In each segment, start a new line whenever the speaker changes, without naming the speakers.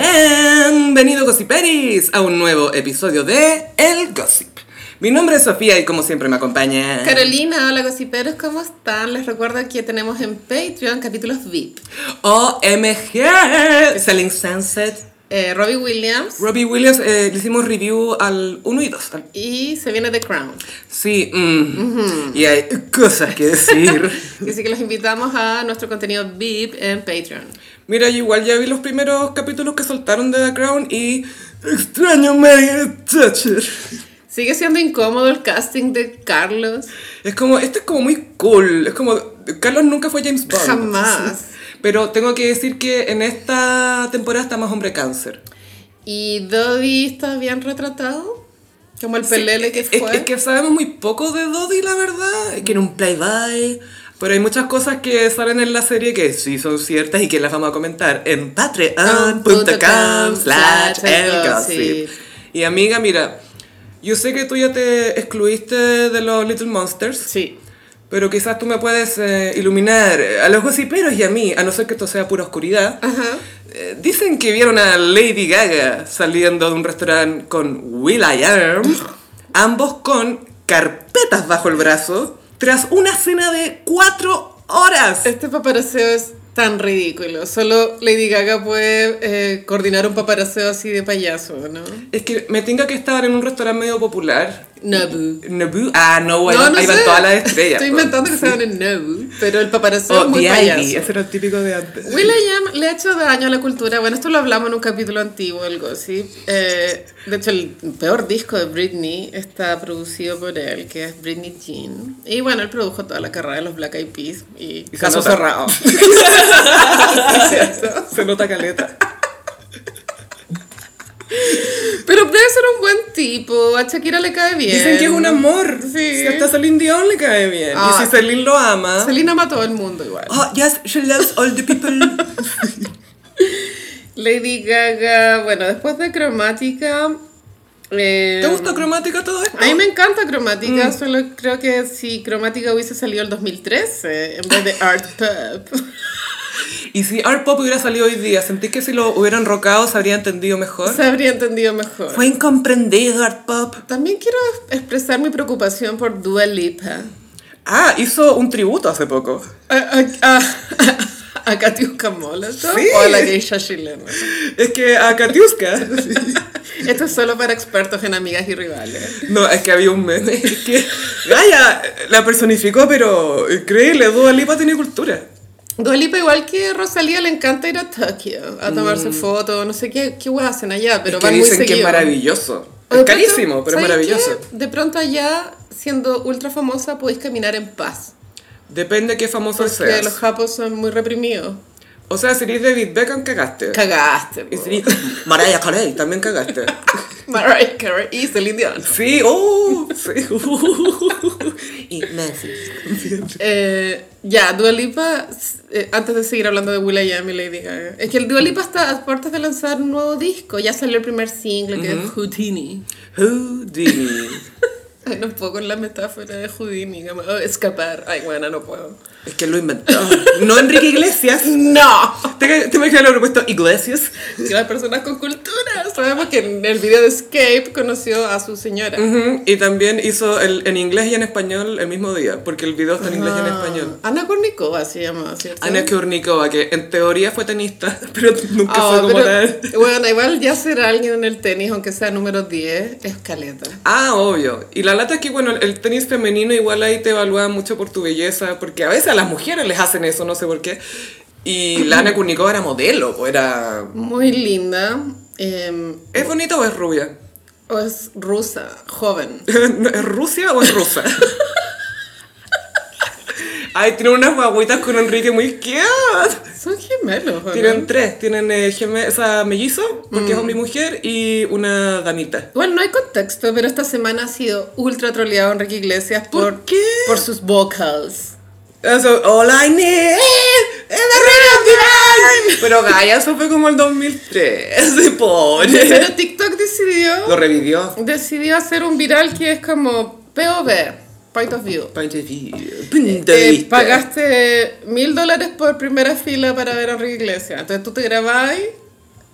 Bienvenido Gossiperis a un nuevo episodio de El Gossip. Mi nombre es Sofía y como siempre me acompaña
Carolina, hola gossiperos, ¿cómo están? Les recuerdo que tenemos en Patreon capítulos VIP.
OMG Selling Sunset.
Eh, Robbie Williams
Robbie Williams eh, le hicimos review al 1 y 2.
y se viene The Crown.
Sí, mm, y hay cosas que decir.
Así que los invitamos a nuestro contenido VIP en Patreon.
Mira, yo igual ya vi los primeros capítulos que soltaron de The Crown y extraño Megan Thatcher.
Sigue siendo incómodo el casting de Carlos.
Es como, esto es como muy cool. Es como, Carlos nunca fue James Bond.
Jamás.
Pero tengo que decir que en esta temporada está más hombre cáncer.
Y Dodi está bien retratado, como el pelele que
Es, es
fue.
que sabemos muy poco de Dodi, la verdad. Que en un play-by. Pero hay muchas cosas que salen en la serie que sí son ciertas y que las vamos a comentar en patreon.com slash el gossip. Y amiga, mira, yo sé que tú ya te excluiste de los Little Monsters.
Sí.
Pero quizás tú me puedes eh, iluminar a los gossiperos y a mí, a no ser que esto sea pura oscuridad.
Ajá.
Eh, dicen que vieron a Lady Gaga saliendo de un restaurante con Will I Am, ambos con carpetas bajo el brazo, tras una cena de cuatro horas.
Este paparaceo es tan ridículo. Solo Lady Gaga puede eh, coordinar un paparaceo así de payaso, ¿no?
Es que me tenga que estar en un restaurante medio popular.
Nabu.
Nebu- Ah, no, bueno, ahí van todas las estrellas.
Estoy inventando que se van en Nabu, pero el paparaceo
Oh,
es muy
The
payaso.
Ivy, ese era el típico de antes.
Will.i.am le ha hecho daño a la cultura. Bueno, esto lo hablamos en un capítulo antiguo del gossip. Eh, de hecho, el peor disco de Britney está producido por él, que es Britney Jean. Y bueno, él produjo toda la carrera de los Black Eyed Peas y,
Y se
caso
nota.
cerrado.
Se nota caleta.
Pero debe ser un buen tipo. A Shakira le cae bien.
Dicen que es un amor.
Sí.
Si hasta Celine Dion le cae bien.
Ah.
Y si Celine lo ama.
Selena ama a todo el mundo igual.
Oh, yes, she loves all the people.
Lady Gaga, bueno, después de cromática. eh,
¿Te gusta Mm. cromática todo esto?
A mí me encanta cromática, solo creo que si cromática hubiese salido el 2013 en vez de Art Pop.
Y si Art Pop hubiera salido hoy día, ¿sentís que si lo hubieran rocado se habría entendido mejor?
Se habría entendido mejor.
Fue incomprendido Art Pop.
También quiero expresar mi preocupación por Dua Lipa.
Ah, hizo un tributo hace poco.
A, a, a, a Katiuska Molotov
Ah, Sí.
o a la geisha chilena.
Es que a Katiuska.
Esto es solo para expertos en amigas y rivales.
No, es que había un meme. Es que Gaia la personificó, pero increíble. Dua Lipa tiene cultura.
Dua Lipa, igual que Rosalía, le encanta ir a Tokio a tomarse fotos, no sé qué, qué hueá hacen allá,
Mm. es
pero
que
van muy
dicen que es
seguido.
maravilloso. Es
O de pronto,
carísimo, pero es
¿sabes
maravilloso.
qué? De pronto allá, siendo ultra famosa, podéis caminar en paz.
Depende qué famoso
Porque
seas.
los japos son muy reprimidos.
O sea, si eres David Beckham, cagaste.
Cagaste.
y si eres Mariah Carey, también cagaste.
Mariah Carey y Celine Dion.
Sí, oh, sí. y Messi.
Eh, ya, Dua Lipa, eh, antes de seguir hablando de Will.i.am y Lady Gaga, es que el Dua Lipa está a puertas de lanzar un nuevo disco. Ya salió el primer single, que es Houdini.
Houdini.
Ay, no puedo con la metáfora de Houdini, como, oh, escapar. Ay, bueno, no puedo.
Es que lo inventó. No Enrique Iglesias.
¡No!
¿Te, te imaginas lo haber puesto Iglesias?
Que las personas con cultura. Sabemos que en el video de Escape conoció a su señora.
Ujú, Y también hizo el, en inglés y en español el mismo día, porque el video está en inglés y en español.
Ana Kournikova se llama, ¿cierto?
Ah. Ana Kournikova, que en teoría fue tenista, pero nunca
Ah,
fue como tal.
pero, Bueno, igual ya ser alguien en el tenis, aunque sea número 10, es caleta.
Ah, obvio. Y la lata es que, bueno, el tenis femenino igual ahí te evalúa mucho por tu belleza, porque a veces a las mujeres les hacen eso, no sé por qué. Y la Ana Kournikova era modelo, o era...
Muy linda. eh,
¿Es bonita o es rubia?
o es rusa, joven.
¿No, ¿Es Rusia o es rusa? Ay, tienen unas guaguitas con Enrique muy cute.
Son gemelos, ¿o no?
Tienen tres, tienen eh, geme- o sea, mellizo, porque es hombre y mujer, y una damita.
Bueno, no hay contexto, pero esta semana ha sido ultra troleado Enrique Iglesias por,
¿Por qué?
por sus vocals.
Eso, all I need is a rhythm time. Pero Gaia, eso fue como el 2003, se pone.
Pero TikTok decidió
Lo revivió.
decidió hacer un viral que es como POV, Point of View.
Punto de vi- punto de
Eh,
vista.
pagaste mil dólares por primera fila para ver a Enrique Iglesias. Entonces tú te grabáis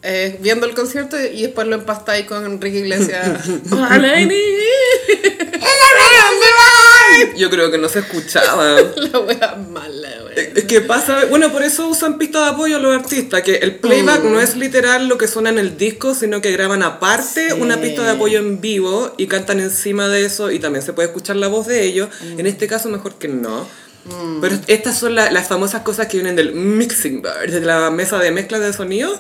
eh, viendo el concierto y después lo empastáis con Enrique Iglesias. ¡Marlene!
Yo creo que no se escuchaba.
La wea mala, wea.
Es que pasa, bueno, por eso usan pistas de apoyo a los artistas, que el playback
Mm.
no es literal lo que suena en el disco, sino que graban aparte
Sí.
una pista de apoyo en vivo y cantan encima de eso y también se puede escuchar la voz de ellos.
Mm.
En este caso mejor que no. Pero estas son la- las famosas cosas que vienen del mixing board, de la mesa de mezcla de sonido.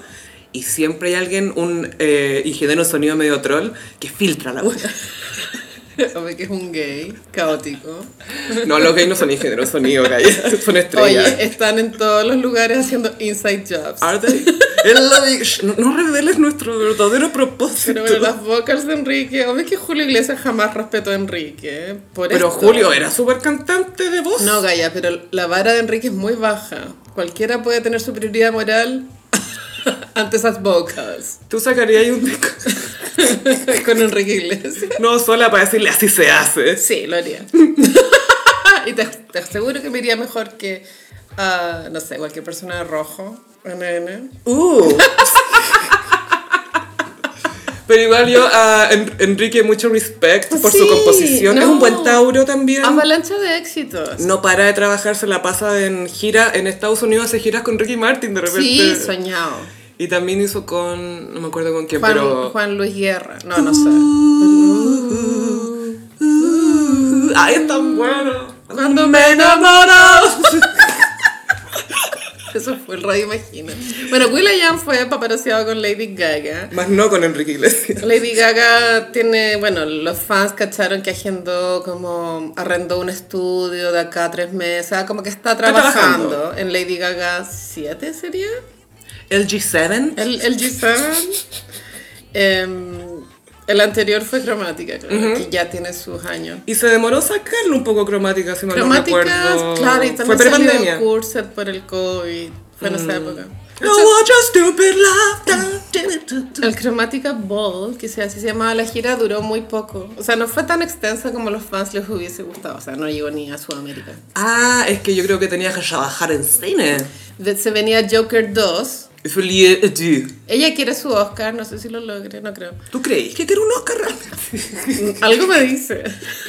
Y siempre hay alguien, un eh, ingeniero de sonido medio troll, que filtra la wea.
Sabe que es un gay caótico.
No, los gays no son ingenieros de sonido, gay. son estrellas.
Oye, están en todos los lugares haciendo inside jobs.
Are they? Es la vi- Shh, no, no reveles nuestro verdadero propósito.
Pero
Pero,
bueno, las vocals de Enrique. Obvio que Julio Iglesias jamás respetó a Enrique. ¿eh? Por esto.
Julio era súper cantante de voz.
No, Gaya, pero la vara de Enrique es muy baja. Cualquiera puede tener superioridad moral ante esas vocals.
Tú sacarías ahí un disco.
Con Enrique Iglesias.
No, sola para decirle así se hace.
Sí, lo haría. y te, te aseguro que me iría mejor que, ah, no sé, cualquier persona de rojo. NN.
Uh. Pero igual yo a En- Enrique mucho respect por su
Sí,
composición. Es
no.
un buen Tauro también.
Avalancha de éxitos.
No para de trabajar, se la pasa en gira. En Estados Unidos hace giras con Ricky Martin de repente.
Sí, soñado.
Y también hizo con, no me acuerdo con quién,
Juan,
pero...
Juan Luis Guerra. No, no sé.
¡Ay, es tan bueno!
Cuando me enamoro. Eso fue el radio imagina. Bueno, Will.i.am fue paparazziado con Lady Gaga.
Más no con Enrique Iglesias.
Lady Gaga tiene, bueno, los fans cacharon que agendó como arrendó un estudio de acá a tres meses, o sea, como que está trabajando,
trabajando.
en Lady Gaga 7 sería
El G7.
el, el G7. Em, el anterior fue cromática, claro, que ya tiene sus años.
Y se demoró sacarlo un poco cromática, si mal no
Cromáticas,
recuerdo.
claro, y
Fue
también
pre-pandemia. Mm.
salió Curset por el COVID, fue en esa época.
No watch your stupid laughter.
El Chromatica Ball, que se, así se llamaba la gira, duró muy poco. O sea, no fue tan extensa como a los fans les hubiese gustado. O sea, no llegó ni a Sudamérica.
Ah, es que yo creo que tenía que trabajar en cine.
De- se venía Joker 2.
If only I do.
Ella quiere su Oscar, no sé si lo logre, no creo.
¿Tú crees que quiero un Oscar realmente?
Algo me dice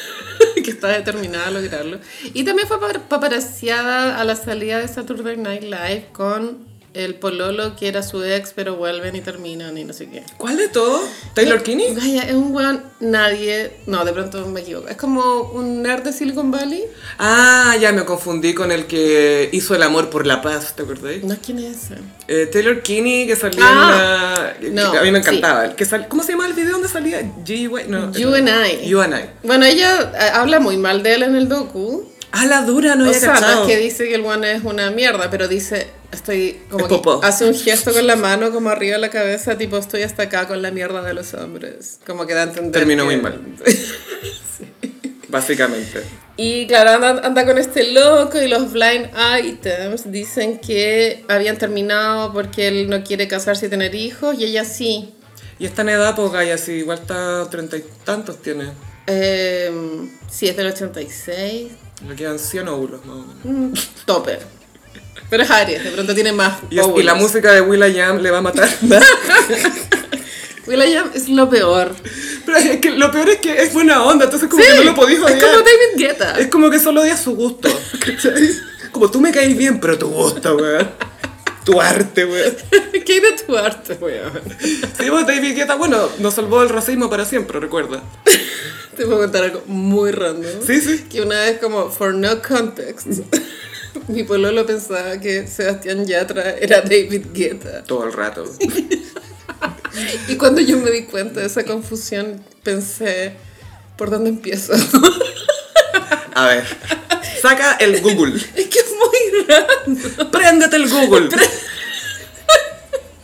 que está determinada a lograrlo. Y también fue papar- paparaciada a la salida de Saturday Night Live con el pololo que era su ex, pero vuelven y terminan y no sé qué.
¿Cuál de todo? ¿Taylor Kinney?
Gaya, Eh, es un weón, nadie. No, de pronto me equivoco. Es como un nerd de Silicon Valley.
Ah, ya me confundí con el que hizo el amor por la paz, ¿te acordáis?
No, ¿quién es ese?
Eh, Taylor Kinney que salía
Ah,
en la...
no,
que a mí me
sí.
encantaba. El que sal- ¿Cómo se llama el video donde salía? G... No,
You and I.
You and I.
Bueno, ella eh, habla muy mal de él en el docu.
Ah, la dura, no
o
había
sea, no
cachado.
es que dice que el one es una mierda, pero dice, estoy como
Es
que
popó.
hace un gesto con la mano como arriba de la cabeza, tipo estoy hasta acá con la mierda de los hombres. Como que da a entender.
Terminó
que-
muy mal. Básicamente.
Y claro, anda, anda con este loco y los blind items dicen que habían terminado porque él no quiere casarse y tener hijos y ella sí.
Y está en edad, pues, Gaia, si igual está treinta y tantos tiene.
Em, sí, es del 86.
Le quedan 100 óvulos, más o menos.
Mm, Tope. Pero es Aries, de pronto tiene más.
Y, es- y la
óvulos.
música de Will.i.am le va a matar.
Will.i.am es lo peor.
Pero es que lo peor es que es buena onda, entonces como que no lo podís odiar.
Es como David Guetta.
Es como que solo odias su gusto. ¿cachai? Como tú me caes bien, pero tu gusto, weón. Tu arte, weón.
¿Qué hay de tu arte, weón?
Sí, vos, David Guetta, bueno, nos salvó el racismo para siempre, recuerda.
Te puedo contar algo muy random.
Sí, sí.
Que una vez como, for no context, mi pololo pensaba que Sebastián Yatra era David Guetta.
Todo el rato.
Y cuando yo me di cuenta de esa confusión, pensé, ¿por dónde empiezo?
A ver, saca el Google.
es que es muy raro.
Préndete el Google.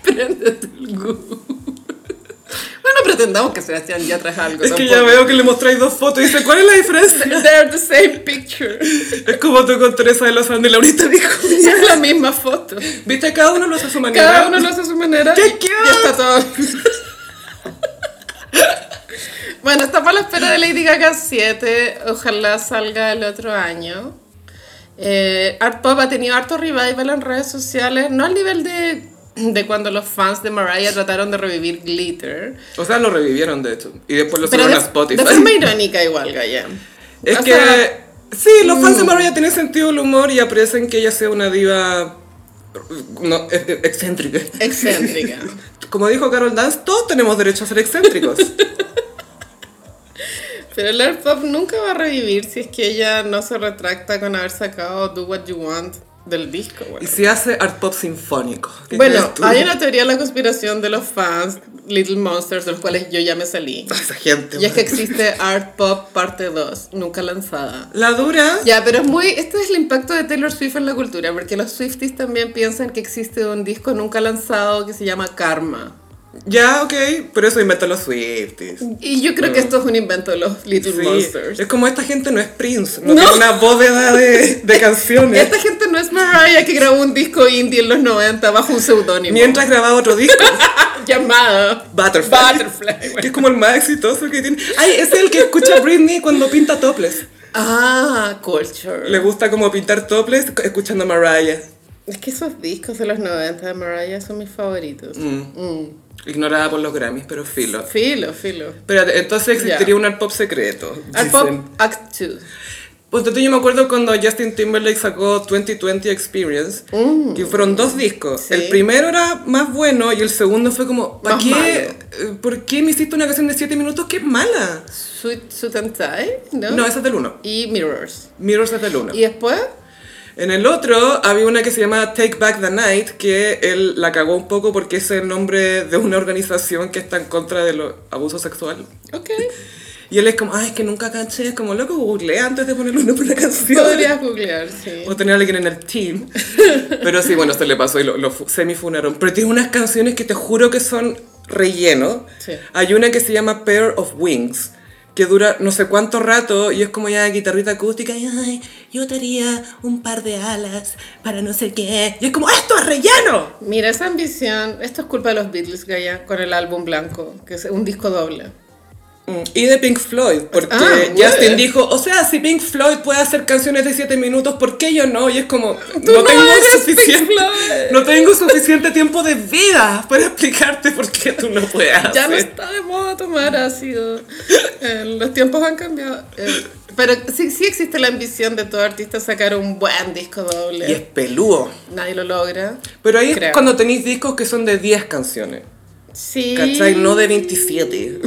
Préndete el Google. Bueno, pretendamos que Sebastián Yatra es algo.
Es que ya veo que le mostráis dos fotos y dice, ¿cuál es la diferencia?
They're the same picture.
Es como tú con Teresa de los Andes, Laurita dijo.
Es la misma foto.
Viste, cada uno lo hace a su manera.
Cada uno lo hace a su manera.
¡Qué
y-
cute!
y está todo. bueno, estamos a la espera de Lady Gaga 7. Ojalá salga el otro año. Eh, Art Pop ha tenido harto revival en redes sociales. No al nivel de de cuando los fans de Mariah trataron de revivir Glitter.
O sea, lo revivieron, de hecho. Y después lo
Pero
subieron
de,
a Spotify.
de forma irónica igual, Gaya.
Es
O
que.
sea, mm.
sí, los fans de Mariah tienen sentido del humor y aprecian que ella sea una diva. No, ex- excéntrica.
excéntrica.
Como dijo Carol Dance, todos tenemos derecho a ser excéntricos.
Pero el art pop nunca va a revivir si es que ella no se retracta con haber sacado Do What You Want del disco. Bueno,
y si hace art pop sinfónico. ¿qué
bueno
crees tú?
hay una teoría de la conspiración de los fans, Little Monsters, de los cuales yo ya me salí.
Esa gente.
Y es
weón.
que existe Art Pop parte 2, nunca lanzada.
La dura.
Ya, pero es muy. Este es el impacto de Taylor Swift en la cultura, porque los Swifties también piensan que existe un disco nunca lanzado que se llama Karma.
Ya, ok. Pero eso inventan los Swifties.
Y yo creo que esto es un invento de los Little
Sí,
Monsters.
Es como esta gente no es Prince, no,
No.
tiene una bóveda de, de canciones.
Esta gente no es Mariah que grabó un disco indie en los 90 bajo un seudónimo.
Mientras grababa otro disco,
Llamado
Butterfly.
Butterfly.
Que es como el más exitoso que tiene. Ay, es el que escucha Britney cuando pinta topless.
Ah, Culture.
Le gusta como pintar topless escuchando a Mariah.
Es que esos discos de los 90 de Mariah son mis favoritos. Mm.
Ignorada por los Grammys, pero filo.
Filo, filo.
Pero entonces existiría
Ya.
un art pop secreto.
Art Pop
dicen.
Act 2.
Pues entonces yo me acuerdo cuando Justin Timberlake sacó 2020 Experience, que fueron dos discos.
Mm. Sí.
El primero era más bueno y el segundo fue como, ¿para
Más
qué?
malo.
eh, ¿Por qué me hiciste una canción de 7 minutos que es mala?
Sweet Suit and Tie, ¿no?
No, esa es del uno.
Y Mirrors.
Mirrors es del uno.
Y después,
En el otro había una que se llama Take Back the Night, que él la cagó un poco porque es el nombre de una organización que está en contra del abuso sexual.
ok.
Y él es como, ay, es que nunca caché, es como loco, googleé antes de poner una una canción.
Podrías googlear, sí.
O tener a alguien en el team. Pero sí, bueno, se le pasó y lo, lo fu- semifunaron. Pero tiene unas canciones que te juro que son relleno.
Sí.
Hay una que se llama Pair of Wings, que dura no sé cuánto rato y es como ya guitarrita acústica. Y, Ay, yo te haría un par de alas para no sé qué. Y es como, ¡esto es relleno!
Mira, esa ambición, esto es culpa de los Beatles, Gaya, con el álbum blanco, que es un disco doble.
Mm, Y de Pink Floyd, porque
Ah,
Justin
bueno.
dijo, o sea, si Pink Floyd puede hacer canciones de 7 minutos, ¿por qué yo no? Y es como,
Tú
no,
no
tengo
eres Pink
suficiente,
Floyd.
no tengo suficiente tiempo de vida para explicarte por qué tú no puedes
Ya no
hacer.
está de moda tomar ácido. Eh, los tiempos han cambiado. Eh, pero sí, sí existe la ambición de todo artista sacar un buen disco doble.
Y es peludo.
Nadie lo logra.
Pero ahí es
Creo.
cuando tenéis discos que son de 10 canciones,
Sí.
¿cachai? No de 27.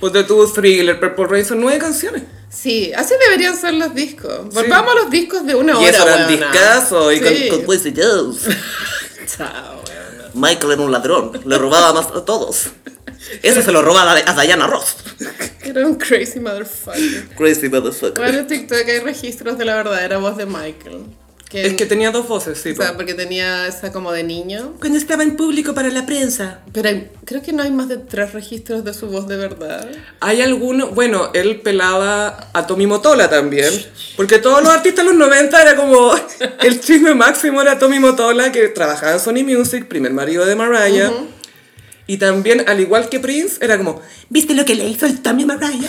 Porque tuvo Thriller, Purple Rain son 9 canciones.
Sí, así deberían ser los discos. Volvamos a los discos de una
y
hora.
eso eran
weona.
discazo y
Sí.
con, con Quincy Jones.
Chao, weona.
Michael era un ladrón, le robaba más a todos. Ese se lo roba a, a Diana Ross.
Era un crazy motherfucker.
Crazy motherfucker.
Bueno, en TikTok hay registros de la verdadera voz de Michael. Que,
es que tenía dos voces, sí. pues.
o sea, porque tenía esa como de niño.
Cuando estaba en público para la prensa.
Pero hay- creo que no hay más de tres registros de su voz de verdad.
Hay alguno, bueno, él pelaba a Tommy Motola también, porque todos los artistas de los 90 era como el chisme máximo era Tommy Motola que trabajaba en Sony Music, primer marido de Mariah. Y también, al igual que Prince, era como,
¿Viste lo que le hizo el Tommy Mariah?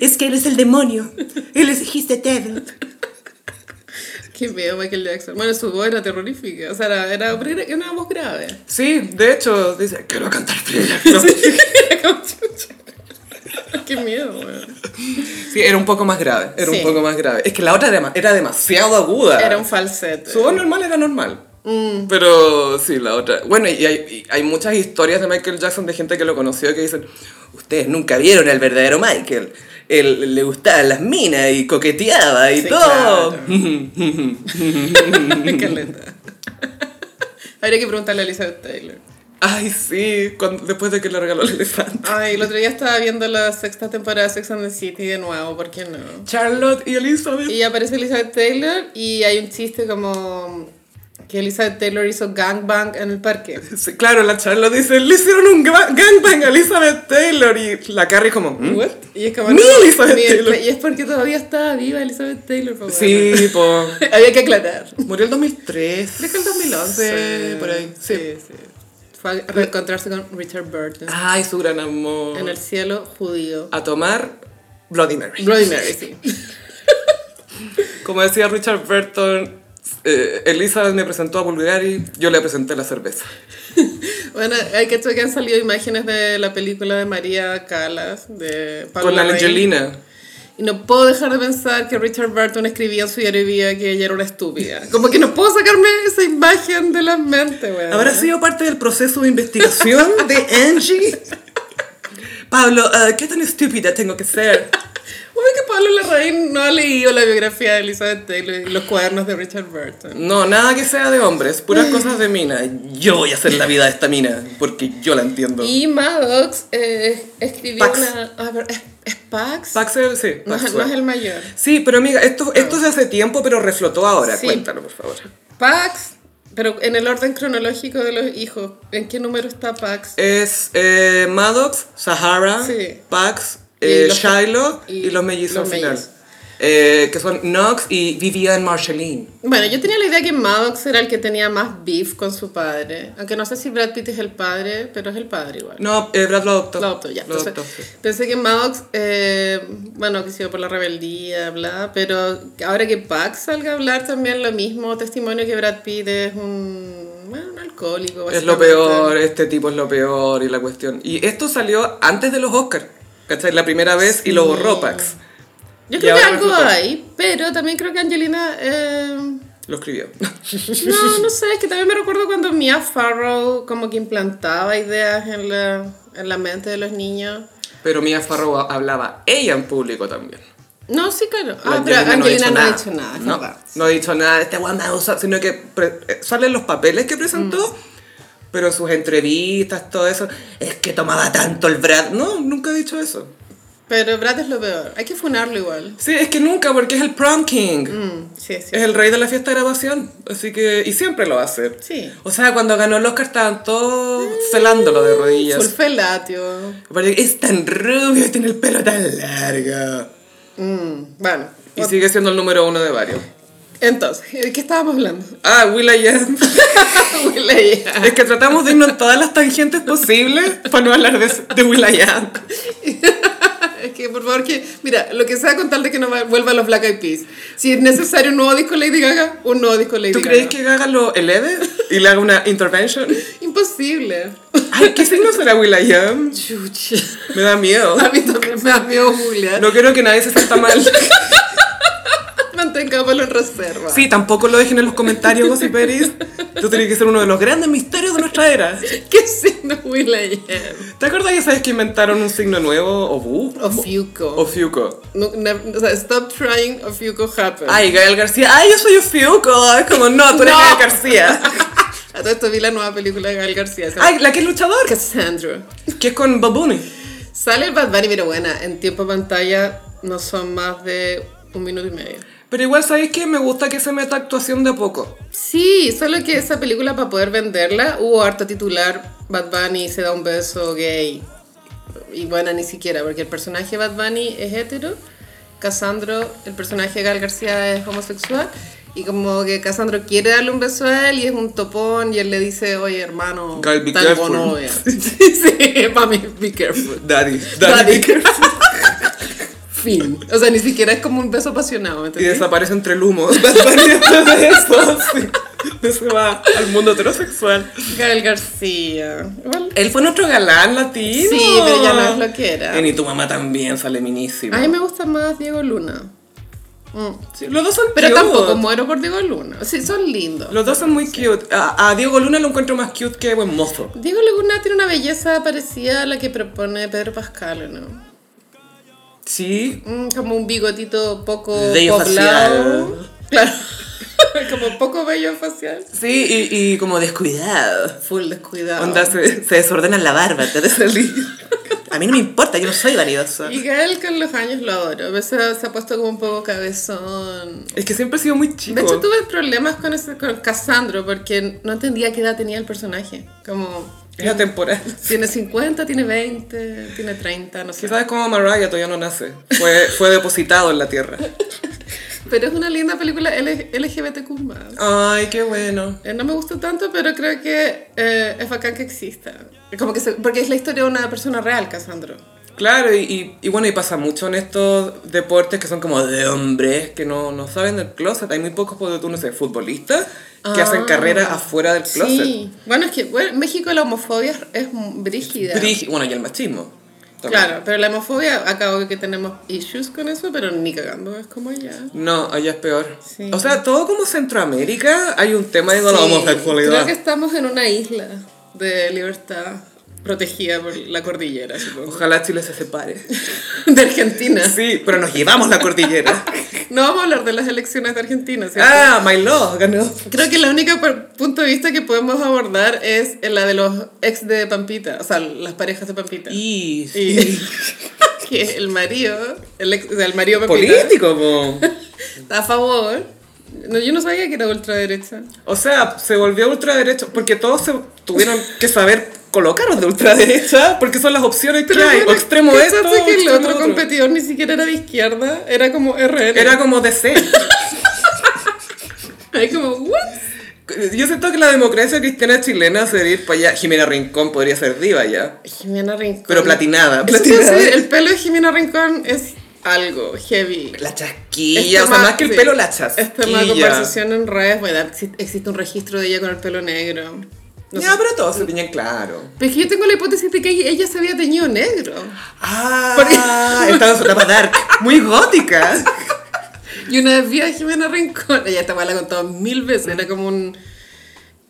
Es que él es el demonio. Él es he's the devil.
Qué miedo Michael Jackson. Bueno, su voz era terrorífica. O sea, era, era era una voz grave.
sí, de hecho, dice, quiero cantar thriller. No.
Era como chucha. Qué miedo, weón.
Sí, era un poco más grave, era
Sí.
un poco más grave. Es que la otra era, dema- era demasiado aguda.
Era un Mm. falsete.
Su voz normal era normal. Pero sí, la otra. Bueno, y hay, y hay muchas historias de Michael Jackson de gente que lo conoció que dicen, ustedes nunca vieron al verdadero Michael. Él le gustaban las minas y coqueteaba y
Sí,
todo.
Caleta. Habría que preguntarle a Elizabeth Taylor.
Ay, sí, cuando- después de que le regaló el elefante.
Ay, el otro día estaba viendo la sexta temporada de Sex and the City de nuevo, ¿por qué no?
Charlotte y Elizabeth.
Y aparece Elizabeth Taylor y hay un chiste como que Elizabeth Taylor hizo gangbang en el parque.
Sí, Claro, la Charlotte dice, le hicieron un gra- gangbang a Elizabeth Taylor y la Carrie como... "¿Mm?".
What? Y es como...
¡Mi Elizabeth
mi-
Taylor!
Y es porque todavía estaba viva Elizabeth Taylor. po, weona.
Sí, po.
Había que aclarar.
Murió el 2003.
Creo que el 2011, por ahí.
sí.
sí. Fue a reencontrarse con Richard Burton
Ay, su gran amor.
en el cielo judío.
a tomar Bloody Mary.
Bloody Mary, sí.
Como decía Richard Burton, eh, Elizabeth me presentó a Bulgari, yo le presenté la cerveza.
Bueno, hay que que han salido imágenes de la película de María Calas, de Pablo
con la
Larraín.
Angelina.
Y no puedo dejar de pensar que Richard Burton escribía en su diario de vida que ella era una estúpida. Como que no puedo sacarme esa imagen de la mente, weón.
¿Habrá sido parte del proceso de investigación de Angie? Pablo, eh, ¿qué tan estúpida tengo que ser?
Bueno, que Pablo Larraín no ha leído la biografía de Elizabeth Taylor y los cuadernos de Richard Burton.
No, nada que sea de hombres, puras cosas de mina. Yo voy a hacer la vida de esta mina, porque yo la entiendo.
Y Maddox eh, escribió
Pax.
una... a ver, ¿es, es Pax?
Paxel, sí,
No, es-
Paxwell.
no es el mayor.
Sí, pero amiga, esto, esto se hace tiempo, pero reflotó ahora.
Sí.
Cuéntalo, por favor.
Pax, pero en el orden cronológico de los hijos, ¿en qué número está Pax?
Es eh, Maddox, Sahara,
Sí.
Pax,
Y
eh,
los-
Shiloh
y
y, los mellizos
los
al final.
mellizos.
Eh, que son Knox y Vivian Marceline.
Bueno, yo tenía la idea que Maddox era el que tenía más beef con su padre, aunque no sé si Brad Pitt es el padre, pero es el padre igual.
No, eh, Brad lo adoptó.
Lo adoptó, ya.
Lo
Entonces,
adoptó, sí.
Pensé que Maddox, eh, bueno, que sido por la rebeldía, bla, pero ahora que Pax salga a hablar también lo mismo, testimonio que Brad Pitt es un, bueno, un alcohólico.
Es lo
básicamente.
peor, este tipo es lo peor y la cuestión. Y esto salió antes de los Oscars, ¿cachai? La primera vez y lo borró Pax.
Yo
Y
creo que
ahora
algo
resulta-
hay, pero también creo que Angelina... eh,
Lo escribió.
No, no sé, es que también me recuerdo cuando Mia Farrow como que implantaba ideas en la, en la mente de los niños.
Pero Mia Farrow hablaba ella en público también.
No, sí, claro.
La
Ah, pero Angelina no ha dicho nada.
No,
es verdad.
no ha dicho nada de este guandadosa, sino que pre- eh, salen los papeles que presentó,
Mm.
pero en sus entrevistas, todo eso, es que tomaba tanto el Brad. No, nunca ha dicho eso.
Pero Brad es lo peor. Hay que funarlo igual.
Sí, es que nunca, porque es el prom king.
Mm, sí, sí.
Es el rey de la fiesta de grabación, así que... Y siempre lo va a hacer.
Sí.
O sea, cuando ganó el Oscar estaban todos celándolo de rodillas.
Sulfelatio.
Aparte, Es tan rubio y tiene el pelo tan largo.
Mm, bueno.
Y sigue siendo el número uno de varios.
Entonwill.i.am. Entonces, ¿de qué estábamos hablando?
Ah, Will.i.am.
Will.i.am.
Es que tratamos de irnos en todas las tangentes posibles para no hablar de, de Will.i.am.
Es que por favor que, mira, lo que sea con tal de que no va- vuelva a los Black Eyed Peas. Si es necesario un nuevo disco Lady Gaga, un nuevo disco Lady
¿Tú
Gaga.
crees que Gaga lo eleve y le haga una intervention?
Imposible.
Ay, ¿qué signo será Will.i.am?
Chucha.
Me da miedo.
A mí también me da miedo googlear.
No quiero que nadie se sienta mal.
Mantengámoslo en reserva.
Sí, tampoco lo dejen en los comentarios, Gossip Peris. Tú tienes que ser uno de los grandes misterios de nuestra era.
¿Qué signo Will.i.am?
¿Te acuerdas esa vez que inventaron un signo nuevo? ¿Obu?
Ofiuco.
Ofiuco.
No, ne- o sea, stop trying Ofiuco happen.
Ay, Gael García. Ay, yo soy Ofiuco. Es como, no, tú eres
No.
Gael García.
A todo esto vi la nueva película de Gael García. Se llama
Ay, la que es luchador.
Cassandra.
Que es con Babuni.
Sale el Bad Bunny, pero bueno, en tiempo de pantalla no son más de un minuto y medio.
Pero igual, ¿sabéis que Me gusta que se meta actuación de a poco.
Sí, solo que esa película para poder venderla hubo harta titular Bad Bunny se da un beso gay. Y bueno, ni siquiera, porque el personaje de Bad Bunny es hetero, Casandro, el personaje de Gal García es homosexual, y como que Casandro quiere darle un beso a él y es un topón y él le dice, oye hermano,
Gal, be
talgo
careful".
no veas". sí, sí, mami, be careful.
Daddy.
Daddy, be careful. fin. O sea, ni siquiera es como un beso apasionado, ¿me
Y
entendés?
desaparece entre el humo. Bad Bunny después de eso. sí. Se va al mundo heterosexual.
Gal García. Igual
Él fue nuestro galán latino.
Sí, pero ya no es lo que era.
Y ni tu mamá también sale minísima.
A mí me gusta más Diego Luna. Mm.
Sí, los dos son
Pero
cute.
tampoco muero por Diego Luna. Sí, son lindos.
Los dos son muy cute. A, a Diego Luna lo encuentro más cute que buen mozo.
Diego Luna tiene una belleza parecida a la que propone Pedro Pascal, ¿o ¿no?
Sí.
Mm, como un bigotito poco
Vello
poblado. Claro. como poco bello facial.
Sí, y, y como descuidado.
Full descuidado.
Onda, se, se desordena la barba, te de salir.
A mí no me importa, yo no soy vanidosa.
Y Gael con los años lo adoro. A veces se ha puesto como un poco cabezón.
Es que siempre he sido muy chico.
De hecho, tuve problemas con, ese, con Cassandro porque no entendía qué edad tenía el personaje. Como...
Es atemporal.
Tiene 50, tiene 20, tiene 30, no sé.
Quizás es como Mariah todavía no nace. Fue, fue depositado en la tierra.
Pero es una linda película L- LGBTQ+.
Ay, qué bueno.
Eh, No me gustó tanto, pero creo que eh, es bacán que exista. Como que se- porque es la historia de una persona real, Casandro.
Claro, y, y, y bueno, y pasa mucho en estos deportes que son como de hombres, que no, no saben del closet. Hay muy pocos, por tú no sé, futbolistas que
Ah.
hacen carrera afuera del closet.
Sí. Bueno, es que bueno, en México la homofobia es- es brígida.
Brig- bueno, y el machismo. también.
Claro, pero la homofobia, acabo que tenemos issues con eso, pero ni cagando, es como ya.
No, allá es peor.
Sí.
O sea, todo como Centroamérica hay un tema de la
Sí, Creo
homosexualidad.
que estamos en una isla de libertad protegida por la cordillera, supongo.
Ojalá Chile se separe.
De Argentina.
Sí, pero nos llevamos la cordillera.
No vamos a hablar de las elecciones de Argentina, ¿cierto?
ah, my love, ganó.
Creo que la única par- punto de vista que podemos abordar es la de los ex de Pampita, o sea, las parejas de Pampita.
Y,
Y- que el marido, el, ex, o sea, el marido de Pampita,
político, po.
está a favor. No, yo no sabía que era ultraderecha.
O sea, se volvió ultraderecha porque todos se tuvieron que saber colocaros de ultraderecha porque son las opciones que hay.
bueno,
o extremo
¿qué
esto,
pasa
o
que el
extremo
otro,
otro.
competidor ni siquiera era de izquierda, era como RN.
Era como DC.
Ahí como, ¿what?
Yo siento que la democracia cristiana chilena se debe ir para allá. Jimena Rincón podría ser diva ya.
Jimena Rincón.
Pero platinada.
Eso te iba a
platinada.
decir, el pelo de Jimena Rincón es algo heavy.
La
Es
chasquilla, o sea,
tema-
más que el
Este sí.
pelo, la
Es tema de
chasquilla.
conversación en redes. Bueno, exi- existe un registro de ella con el pelo negro. No
ya,
sé.
pero todos se tenían claro.
Pero es que yo tengo la hipótesis de que ella- ella se había teñido negro.
Ah, estaba en su etapa dark, muy gótica.
Y una vez vi a Jimena Rincón, ella estaba la contado mil veces, era como un...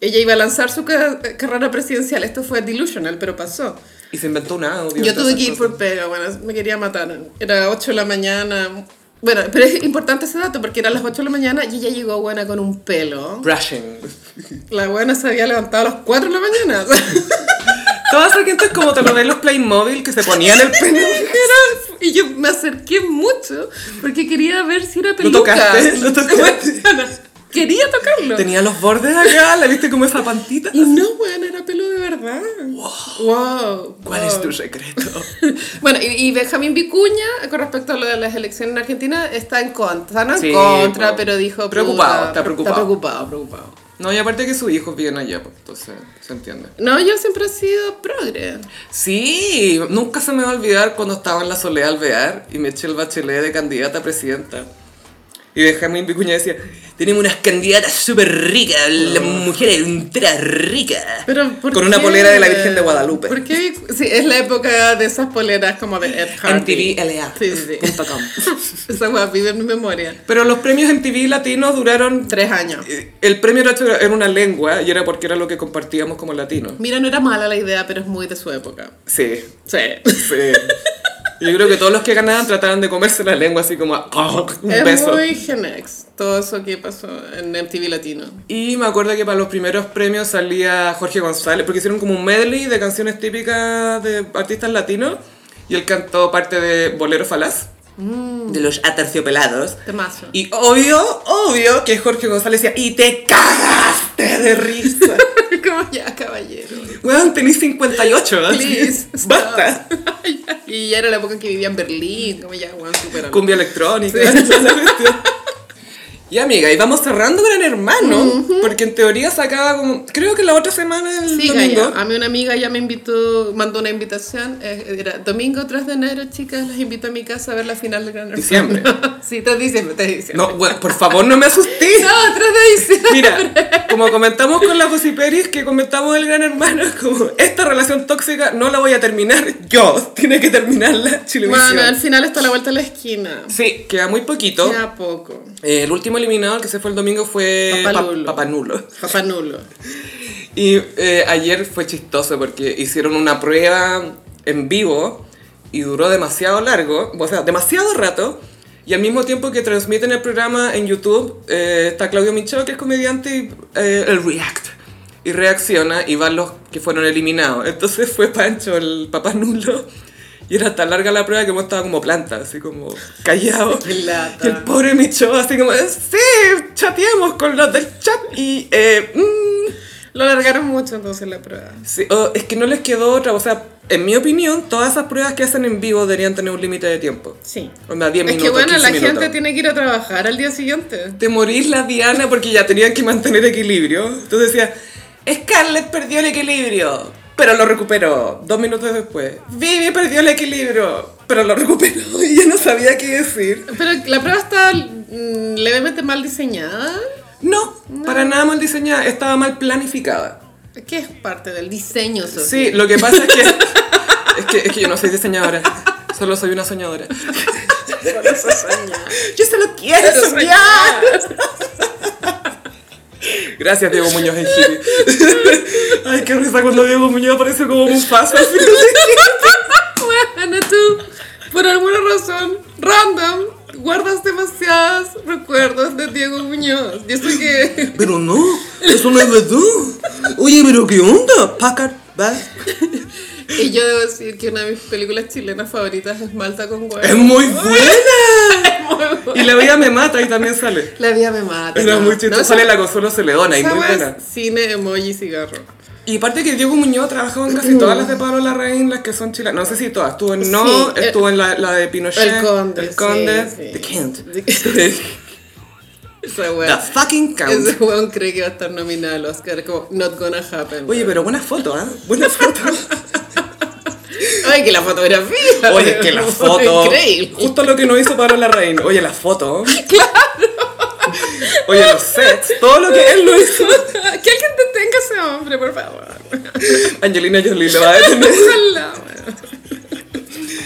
Ella iba a lanzar su ca- carrera presidencial, esto fue delusional, pero pasó.
Y se inventó un audio.
Yo
todas
tuve
esas
que ir
cosas.
por pega, bueno, me quería matar. Era 8 de la mañana. Bueno, pero es importante ese dato porque era las 8 de la mañana y ella llegó buena con un pelo.
Brushing.
La buena se había levantado a las 4 de la mañana.
Toda esa gente es como te lo ven los Playmobil que se ponían el pelo.
Era- y yo me acerqué mucho porque quería ver si era
¿Lo
peluca.
tocaste? ¿Lo tocaste?
quería tocarlo.
Tenía los bordes acá, la viste como esa pantita.
Y no, weón, era pelo de verdad. Wow.
¿Cuál
wow.
es tu secreto?
Bueno, y, y Benjamín Vicuña, con respecto a lo de las elecciones en Argentina, está en contra. Está en
Sí,
contra,
po.
pero dijo.
Preocupado,
puta,
está preocupado.
Está preocupado, preocupado.
No, y aparte que su hijo viven allá, pues, entonces se entiende.
No, yo siempre he sido progre.
Sí, nunca se me va a olvidar cuando estaba en la Soledad Alvear y me eché el bachelet de candidata a presidenta. Y Benjamín Vicuña decía, tenemos unas candidatas súper ricas, las mujeres ultra ricas.
Ah. Pero, ¿por
Con una
qué?
polera de la Virgen de Guadalupe.
¿Por qué? Vicu- Sí, es la época de esas poleras como de Ed Hardy.
MTVLA.
Sí, sí, sí.
Punto com.
Esa weá vive en mi memoria.
Pero los premios MTV latinos duraron...
Tres años.
eh, El premio era hecho en una lengua y era porque era lo que compartíamos como latinos.
Mira, no era mala la idea, pero es muy de su época.
Sí,
Sí.
sí. Yo creo que todos los que ganaban trataban de comerse la lengua así como... ah, un
es
beso.
muy Genex, todo eso que pasó en MTV Latino.
Y me acuerdo que para los primeros premios salía Jorge González, porque hicieron como un medley de canciones típicas de artistas latinos, y él cantó parte de Bolero Falaz,
Mm.
de los Aterciopelados.
Temazo.
Y obvio, obvio que Jorge González decía, y te cagaste de risa.
Como ya, caballero.
Weón, tenés 58, así
Please.
es, Ah, basta.
stop. y ya era la época en que vivía en Berlín, como ya, weón, superalo.
Cumbia electrónica. toda la cuestión. Y amiga, y vamos cerrando Gran Hermano, porque en teoría sacaba como, creo que la otra semana, el
Sí,
domingo.
Gaya. A mí una amiga ya me invitó, mandó una invitación. eh, Era domingo 3 de enero, chicas, las invito a mi casa a ver la final de Gran Hermano.
Diciembre.
sí, 3 de diciembre, 3 de diciembre.
No, bueno, por favor, no me asustes.
No, 3 de diciembre.
Mira, como comentamos con la Gossiperis, que comentamos el gran hermano, como esta relación tóxica no la voy a terminar yo, tiene que terminarla Chilevisión.
Bueno, al final está a la vuelta de la esquina.
Sí, queda muy poquito.
Ya poco.
Eh, el último eliminado, el que se fue el domingo, fue
Papalulo.
Pa- Papanulo.
Papá nulo.
Y eh, ayer fue chistoso porque hicieron una prueba en vivo y duró demasiado largo, o sea, demasiado rato. Y al mismo tiempo que transmiten el programa en YouTube, eh, está Claudio Michel, que es comediante, y eh, el React. Y reacciona y van los que fueron eliminados. Entonces fue Pancho, el papá nulo. Y era tan larga la prueba que hemos estado como planta, así como callado.
Qué
Y
lata.
el pobre Micho, así como, sí, chateamos con los del chat y... eh, mm,
Lo alargaron mucho entonces la prueba.
Sí, o es que no les quedó otra, o sea, en mi opinión, todas esas pruebas que hacen en vivo deberían tener un límite de tiempo.
Sí.
Onda, 10
Es
minutos,
que bueno,
15
la
minutos.
gente tiene que ir a trabajar al día siguiente.
Te morís la Diana porque ya tenían que mantener equilibrio. Entonces decía, Scarlett perdió el equilibrio. pero lo recuperó dos minutos después. Vivi perdió el equilibrio, pero lo recuperó y ya no sabía qué decir.
Pero la prueba está mm, levemente mal diseñada.
No, para nada mal diseñada, estaba mal planificada.
Que es parte del diseño, Sofía.
Sí, lo que pasa es que, es que, es que yo no soy diseñadora, solo soy una soñadora. Yo solo quiero soñar. Gracias, Diego Muñoz en hippie. Ay, qué risa cuando Diego Muñoz aparece como un paso así.
Bueno, tú, por alguna razón random, guardas demasiados recuerdos de Diego Muñoz. Y eso que.
Pero no, eso no es verdad. Oye, pero ¿qué onda? Packard, ¿vas?
Y yo debo decir que una de mis películas chilenas favoritas es Malta con
Es
Huevo.
muy buena.
Muy buena.
Y la vida me mata y también sale.
La vida me mata.
Era
no.
muy chistosa.
No,
sale
esa-
la Consuelo Celedona y
esa
muy
wea es
buena.
Cine, emoji, cigarro.
Y aparte que Diego Muñoz trabajó en casi todas las de Pablo Larraín, las que son chilenas. No sé si todas. Estuvo en No,
Sí, el-
estuvo en la, la de Pinochet.
El Conde.
Eh, El Conde.
sí, sí.
The Count.
Esa
The
wea.
fucking Count.
Ese weón cree que va a estar nominado al Oscar, como not gonna happen.
Oye, pero buena foto, ¿ah? Buena foto.
Ay, que la fotografía.
Oye, que la
weón,
foto.
Increíble.
Justo lo que no hizo Pablo Larraín. Oye, la foto. Claro. Oye, los sets. Todo lo que él no hizo.
que alguien detenga a ese hombre, por favor.
Angelina Jolie lo va a detener.
Ojalá, weón.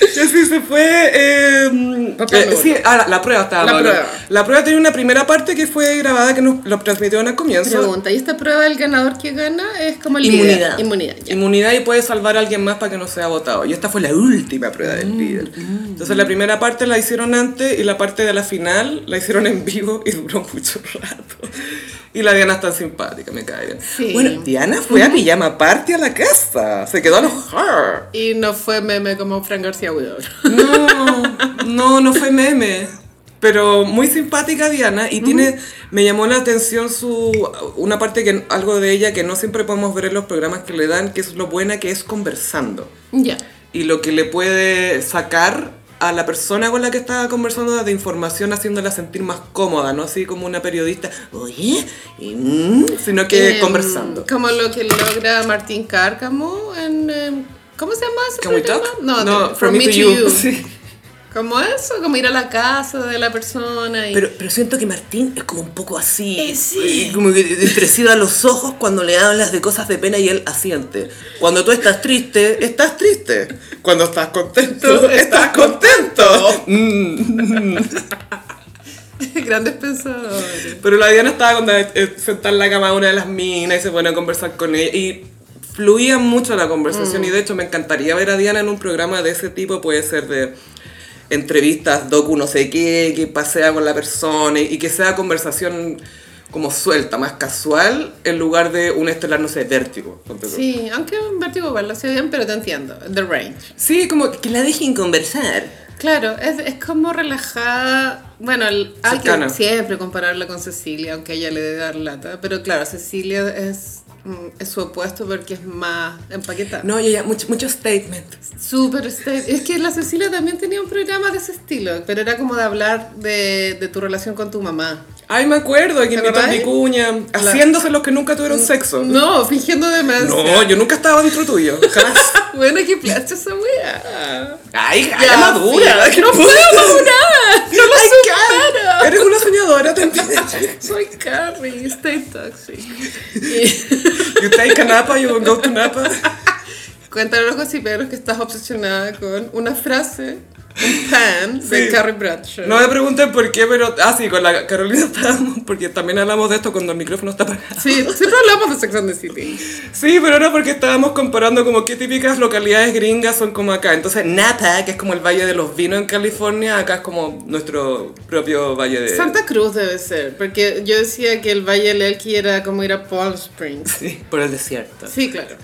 Y así se fue. eh,
Papel
eh,
Lobo.
sí, ah, la, la prueba estaba
La
mal.
prueba.
La prueba tenía una primera parte que fue grabada que nos lo transmitieron al comienzo.
Pregunta, ¿y esta prueba del ganador que gana es como el
Inmunidad.
líder? Inmunidad. ya.
Inmunidad y puede salvar a alguien más para que no sea votado. Y esta fue la última prueba del líder. Entonces la primera parte la hicieron antes y la parte de la final la hicieron en vivo y duró mucho rato. Y la Diana es tan simpática, me cae bien.
Sí.
Bueno, Diana fue a pijama party a la casa. Se quedó a los her.
Y no fue meme como Fran García Huidobro.
No, no, no fue meme. Pero muy simpática Diana y tiene, me llamó la atención su, una parte que, algo de ella que no siempre podemos ver en los programas que le dan, que es lo buena que es conversando
Ya.
y lo que le puede sacar a la persona con la que está conversando de información haciéndola sentir más cómoda, no así como una periodista, oye, y, mm", sino que
Em,
conversando.
Como lo que logra Martín Cárcamo en... em, ¿Cómo se llama ese
Can we
programa?
talk?
No,
No,
de- From Me to You.
Sí.
Como eso, como ir a la casa de la persona y...
Pero, pero siento que Martín es como un poco así.
Eh, sí.
eh, Como que te cierra los ojos cuando le hablas de cosas de pena y él asiente. Cuando tú estás triste, estás triste.
Cuando estás contento, estás contento.
Grandes pensadores.
Pero la Diana estaba con- eh, sentada en la cama de una de las minas y se pone a conversar con ella. Y fluía mucho la conversación. Y de hecho, me encantaría ver a Diana en un programa de ese tipo. Puede ser de entrevistas, docu, no sé qué, que pasea con la persona y, y que sea conversación como suelta, más casual, en lugar de un estelar, no sé, vértigo. ponte tú.
Sí, aunque en Vértigo igual lo hacía bien, pero te entiendo. The Range.
Sí, como
Que la dejen conversar.
Claro, es, es como relajada. Bueno, el- hay
Cercana.
que siempre compararla con Cecilia, aunque a ella le dé dar lata. Pero claro, Cecilia es, mm, es su opuesto porque es más empaquetada.
No, ya, ya, mucho, mucho statement.
Súper este- Es que la Cecilia también tenía un programa de ese estilo, pero era como de hablar de, de tu relación con tu mamá.
Ay, me acuerdo, que invitó a
acordás?
Vicuña, haciéndose los que nunca tuvieron sexo. No,
No, fingiendo demencia.
yo nunca estaba dentro tuyo, jamás.
Bueno, qué plancha esa wea.
Ay,
Ya,
ya, madura.
sí. No puedo madurar. No lo supero.
Eres una soñadora, te entiendes.
Soy Carrie, stay toxic.
You take a napa, you go to napa.
Cuéntale a los gossiperos que estás obsesionada con una frase, un pan de
Sí.
Carrie Bradshaw.
No me pregunten por qué, pero... Ah, sí, con la Carolina estábamos, porque también hablamos de esto cuando el micrófono está apagado.
Sí, siempre hablamos de Sex and the City.
Sí, pero era porque estábamos comparando como qué típicas localidades gringas son como acá. Entonces, Napa, que es como el Valle de los Vinos en California, acá es como nuestro propio Valle de...
Santa Cruz debe ser, porque yo decía que el Valle del Elqui era como ir a Palm Springs.
Sí, por el desierto.
Sí, claro.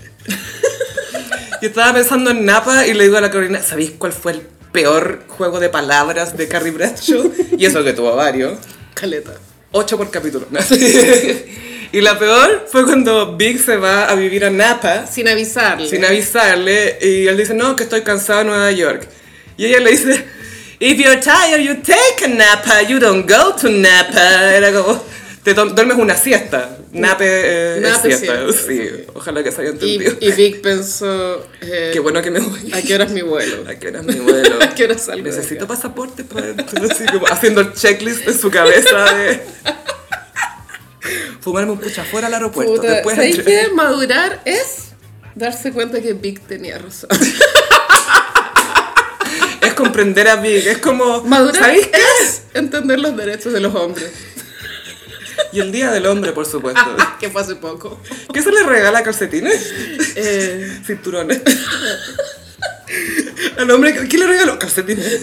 Y estaba pensando en Napa y le digo a la Carolina, ¿sabéis cuál fue el peor juego de palabras de Carrie Bradshaw? Y eso que tuvo varios.
Caleta.
Ocho por capítulo. ¿no? y la peor fue cuando Big se va a vivir a Napa
Sin avisarle.
sin avisarle y él dice, no, que estoy cansado de Nueva York. Y ella le dice, if you're tired, you take a Napa, you don't go to Napa. Era como, Te du- duermes una siesta. Nape, eh, es
Nape
siesta.
siesta,
Sí,
sí.
ojalá que se haya
Y,
entendido.
y Vic pensó, eh,
Qué bueno que me voy.
¿a qué hora es mi vuelo?
¿A qué hora es mi vuelo?
¿A qué hora salgo de
Necesito
acá?
pasaporte para entrar, así como haciendo el checklist en su cabeza de... Fumarme un pucha fuera al aeropuerto.
Puta,
después
¿sabes
entré-
qué? Madurar es darse cuenta que Vic tenía razón.
Es comprender a Big. Es como...
Madurar
¿Sabéis qué?
es entender los derechos de los hombres.
Y el Día del Hombre, por supuesto.
Ah, que fue hace poco.
¿Qué se le regala calcetines?
Eh,
Cinturones. Al hombre, ¿qué le regaló? Calcetines.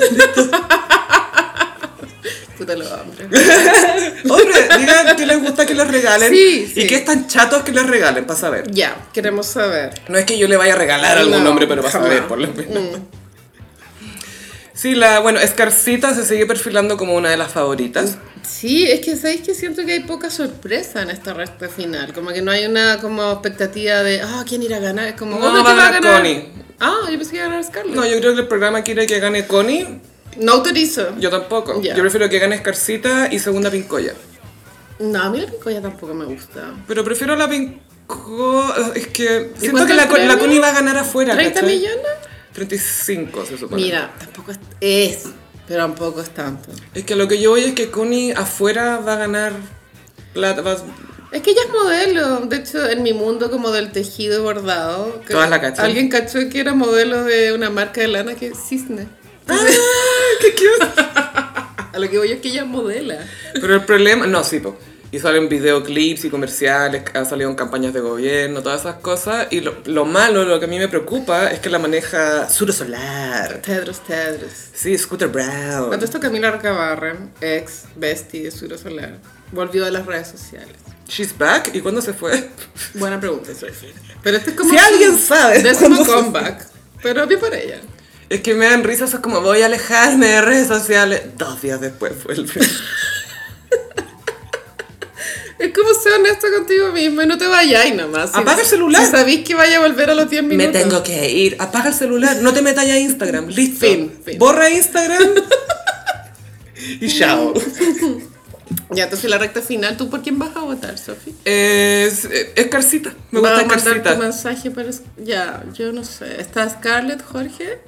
puta los hombres.
Hombre, digan qué les gusta que les regalen.
Sí, sí.
Y qué están chatos que les regalen, para saber.
Ya, queremos saber.
No es que yo le vaya a regalar a algún
No,
hombre, pero para
jamás. Mm.
saber, por lo menos. Sí, la, bueno, Escarcita se sigue perfilando como una de las favoritas.
Sí, es que sabéis que siento que hay poca sorpresa en esta recta final. Como que no hay una como expectativa de, ah, ¿quién irá a ganar? Es como,
No,
obvio
va
que
a ganar Connie.
Ah, yo pensé que iba a ganar Scarlett.
No,
No,
yo creo que el programa quiere que gane Connie,
autorizo.
yo tampoco.
Ya.
Yo prefiero que gane Escarcita y segunda Pincoya.
No, a mí la picoya tampoco me gusta.
Pero prefiero la Pincoya. Es que siento
cuánto
que la,
el
Con- la
premio?
Connie va a ganar afuera.
¿30
¿cachai?
millones?
35 se supone.
Mira, tampoco es, es, pero tampoco es tanto.
Es que lo que yo oí es que Connie afuera va a ganar plata. va-
Es que ella es modelo, de hecho en mi mundo como del tejido y bordado, que
Todas la cachan.
alguien cachó que era modelo de una marca de lana que es Cisne.
Ah, ¡Qué cute!
A lo que voy es que ella modela.
Pero el problema, no, sí, po. Y salen videoclips y comerciales, ha salido en campañas de gobierno, todas esas cosas. Y lo, lo malo, lo que a mí me preocupa, es que la maneja Suro Solar.
Tedros, Tedros.
Sí, Scooter Brown.
Cuando esto Camila Arcabarren, ex bestie de Suro Solar, volvió a las redes sociales.
She's back. ¿Y cuándo se fue?
Buena pregunta, Sophie. Pero este es como
Si alguien sabe
décimo
cuándo se-
comeback. Pero bien por ella.
Es que me dan risas, es como voy a alejarme de redes sociales. Dos días después vuelve.
Es como ser honesto contigo mismo y no te vayáis nomás. Si-
Apaga el celular.
Si sabéis que vaya a volver a los 10
me
minutos.
tengo que ir. Apaga el celular. No te metas ya a Instagram. Listo.
Fin, fin.
Borra Instagram. y chao.
Ya, entonces la recta final, ¿tú por quién vas a votar, Sofi?
Es, es Carcita. Me
Va
gusta
a mandar
Carcita.
tu mensaje para... Sc- Ya, yo no sé. Está Scarlett, Jorge,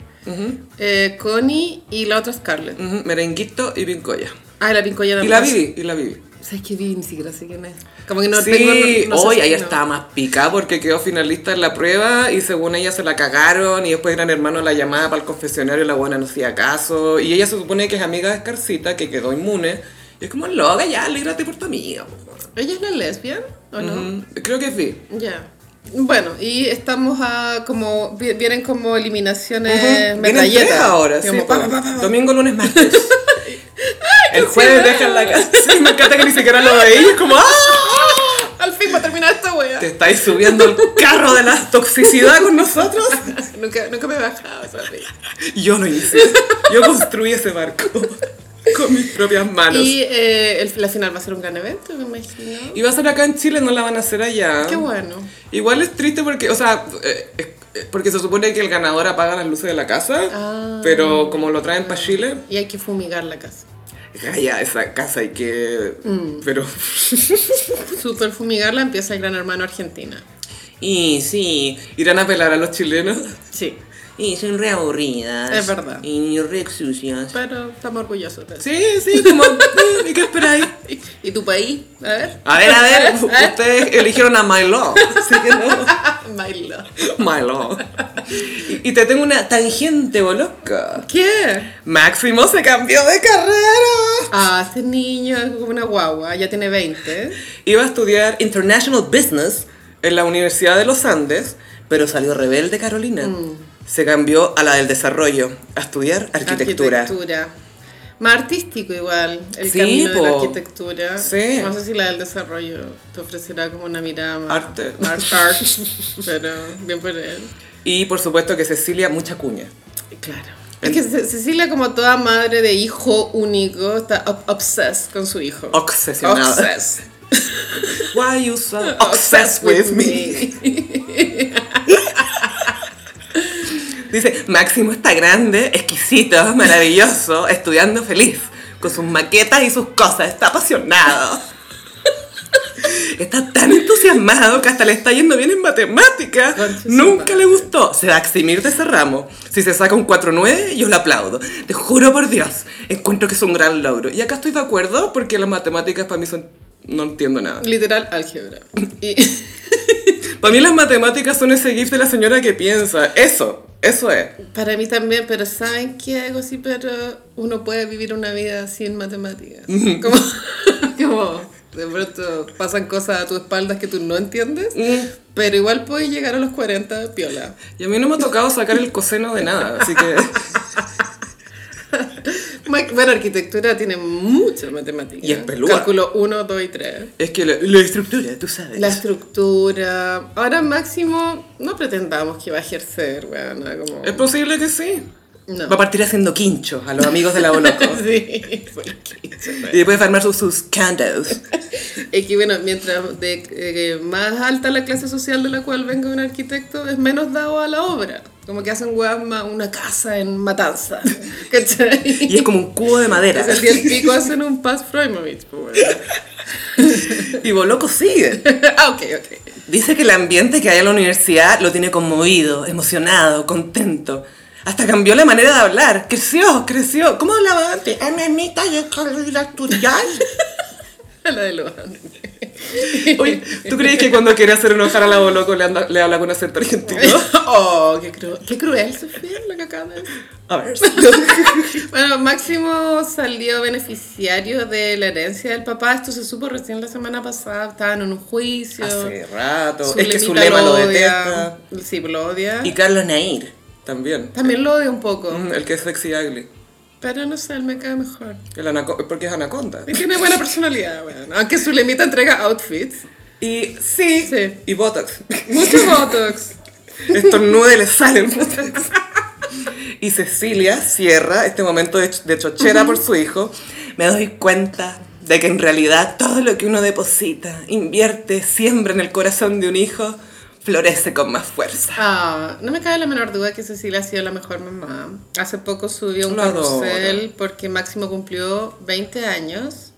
eh, Connie y la otra Scarlett.
Ujú, Merenguito y Pincoya.
Ah, y la pincoya
Y la Vivi, y la Vivi.
¿Sabes qué vi? Ni siquiera sé quién es. Como que no
sí,
tengo... no- no sé
hoy
si-
ella
no.
estaba más picada porque quedó finalista en la prueba y según ella se la cagaron y después Gran Hermano la llamaba para el confesionario y la buena no hacía caso. Y ella se supone que es amiga de Escarcita, que quedó inmune. Y es como, loca, ya, alégrate por tu amiga.
¿Ella es la lesbian o no?
Mm, Creo que sí.
Ya. Bueno, y estamos a como... vi- Vienen como eliminaciones metralletas.
ahora, sí.
Digamos,
po.
pa, pa, pa, pa, pa.
Domingo, lunes, martes. el jueves
ansiedad.
dejan la casa. Sí, me encanta que ni siquiera lo veis. Es como, ¡ah!
Al fin va a terminar esta wea.
Te estáis subiendo al carro de la toxicidad con nosotros.
Nunca, nunca me he bajado, Sofi.
Yo lo hice. Yo construí ese barco con mis propias manos.
Y eh, el- la final va a ser un gran evento, me imagino.
Y va a ser acá en Chile, no la van a hacer allá.
Qué bueno.
Igual es triste porque, o sea, eh, eh, porque se supone que el ganador apaga las luces de la casa,
Ah.
pero como lo traen para Chile,
Y hay que fumigar la casa.
ya esa casa hay que...
Mm.
Pero...
Super fumigarla empieza el Gran Hermano Argentina.
Y sí, irán a pelar a los chilenos.
Sí.
Y son re aburridas.
Es verdad.
Y re sucias.
Pero estamos orgullosos de eso.
Sí, sí, como... eh, ¿Y qué esperáis?
¿Y tu país? A ver.
A ver, a ver, ustedes eligieron a My Love, así ¿Eh? que no.
My love.
Malo. Y, y te tengo una tangente, boloca.
¿Qué?
Máximo se cambió de carrera.
Ah, este niño es como una guagua, ya tiene 20.
Iba a estudiar International Business en la Universidad de los Andes, pero salió rebelde Carolina. Se cambió a la del desarrollo, a estudiar arquitectura.
Arquitectura. Más artístico igual, el
Sí,
camino de la
po.
arquitectura.
Sí.
No sé si la del desarrollo te ofrecerá como una mirada más...
Arte.
Más art, pero bien por él.
Y por supuesto que Cecilia, mucha cuña.
Claro. Es que Ce- Cecilia, como toda madre de hijo único, está ob- obsessed con su hijo.
Obsesionada.
Obsessed.
Why you so obsessed with me? Dice, Máximo está grande, exquisito, maravilloso, estudiando feliz, con sus maquetas y sus cosas, está apasionado. Está tan entusiasmado que hasta le está yendo bien en matemáticas. Nunca le gustó. Se va a eximir de ese ramo. Si se saca un 4-9, yo lo aplaudo. Te juro por Dios, encuentro que es un gran logro. Y acá estoy de acuerdo porque las matemáticas para mí son... No entiendo nada.
Literal álgebra. Y-
Para mí las matemáticas son ese gif de la señora que piensa. Eso, eso es.
para mí también, pero ¿saben qué hago? Sí, pero uno puede vivir una vida sin matemáticas. Como, como de pronto pasan cosas a tu espaldas que tú no entiendes, pero igual puedes llegar a los 40 piola.
Y a mí no me ha tocado sacar el coseno de nada, así que...
Ma- Bueno, arquitectura tiene mucha matemática.
Y es peluda.
Cálculo 1, 2 y 3.
Es que la, la estructura, tú sabes.
La estructura. Ahora máximo, no pretendamos que va a ejercer, weón. Como...
Es posible que sí.
No.
Va a partir haciendo quinchos a los amigos de la Boloco.
Sí, porque-
y después va a armar sus, sus candles.
Es que bueno, mientras de, eh, más alta la clase social de la cual venga un arquitecto, es menos dado a la obra. Como que hacen weas ma- una casa en matanza. ¿Cachai?
Y es como un cubo de madera.
Entonces, el día del pico hacen un Paz Freumovich. pues, weón.
Y Boloco sigue.
ah, ok, ok.
Dice que el ambiente que hay en la universidad lo tiene conmovido, emocionado, contento. Hasta cambió la manera de hablar. Creció, creció. ¿Cómo hablaba antes? "Ay, mamita, yo quiero ir a estudiar".
A la de los
Oye, ¿tú crees que cuando quiere hacer enojar a la Boloco le, anda- le habla con acento argentino?
Oh, qué, cru- qué cruel, Sofía, lo que acabas de decir.
A ver.
Bueno, Máximo salió beneficiario de la herencia del papá. Esto se supo recién la semana pasada. Estaban en un juicio.
Hace rato. es que
Zulemita
su ¿Ah? lema lo
odia.
detesta.
Sí, pues lo odia.
Y Carlos Nair también.
También lo odia un poco.
Mm, El que es sexy y ugly.
Pero no sé, él me cae mejor.
El anaco- porque es anaconda.
Y tiene buena personalidad, bueno. Aunque su limita entrega outfits.
Y sí,
Sí.
y Botox.
Mucho botox.
Estornude le salen Botox. Y Cecilia cierra este momento de, ch- de chochera por su hijo. Me doy cuenta de que en realidad todo lo que uno deposita, invierte, siembra en el corazón de un hijo, florece con más fuerza.
Ah, no me cabe la menor duda que Cecilia ha sido la mejor mamá. Hace poco subió un
Lo adoro.
carrusel porque Máximo cumplió 20 años.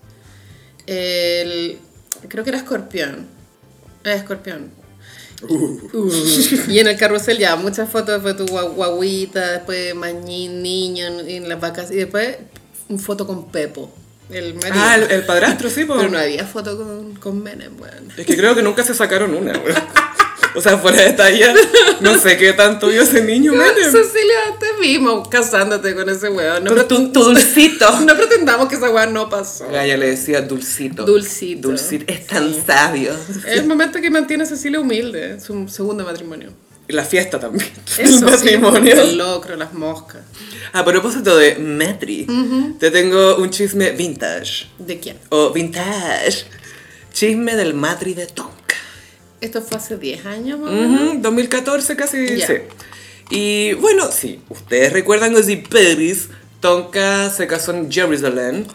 El- creo que era escorpión. Era escorpión. Uh. Y en el carrusel ya, muchas fotos de tu guau- guaguita, después mañín, niño, en, en las vacas. Y después un foto con Pepo, el marido.
Ah, el, el padrastro, sí, pues. po.
Pero no había foto con, con Menem, weón.
Es que creo que nunca se sacaron una, weón. O sea, fuera de talla, no sé qué tanto vio ese niño, Menem.
Cecilia, te vimos casándote con ese weón. No,
Con tu, tu dulcito.
No pretendamos que esa weá no pasó.
Gaya le decía dulcito.
Dulcito.
Dulcito. Es tan sabio.
Es el momento que mantiene a Cecilia humilde, su segundo matrimonio.
Y La fiesta también.
Eso
el
sí,
matrimonio.
el locro, las moscas.
Ah, A propósito de Metri, te tengo un chisme vintage.
¿De quién?
O vintage. Chisme del Matri de Tonka.
Esto fue hace 10 años, más o menos.
Ujú, 2014 casi.
Ya.
Sí. Y bueno, sí, ustedes recuerdan Ozzy Paris. Tonka se casó en Jerusalén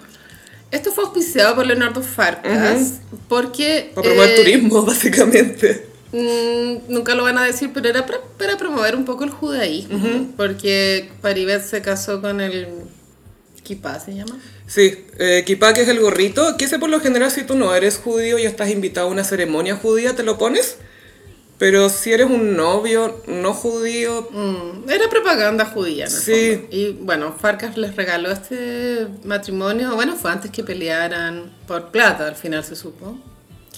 Esto fue auspiciado por Leonardo Farcas porque...
para promover
eh,
turismo, básicamente.
Mm, nunca lo van a decir, pero era pra- para promover un poco el judaísmo. Porque Paribet se casó con el... Kipá se llama.
Sí, eh, kippah, que es el gorrito, que ese por lo general si tú no eres judío y estás invitado a una ceremonia judía, te lo pones. Pero si eres un novio no judío,
Mm, Era propaganda judía, ¿no?
Sí.
Y bueno, Farkas les regaló este matrimonio. Bueno, fue antes que pelearan por plata, al final se supo.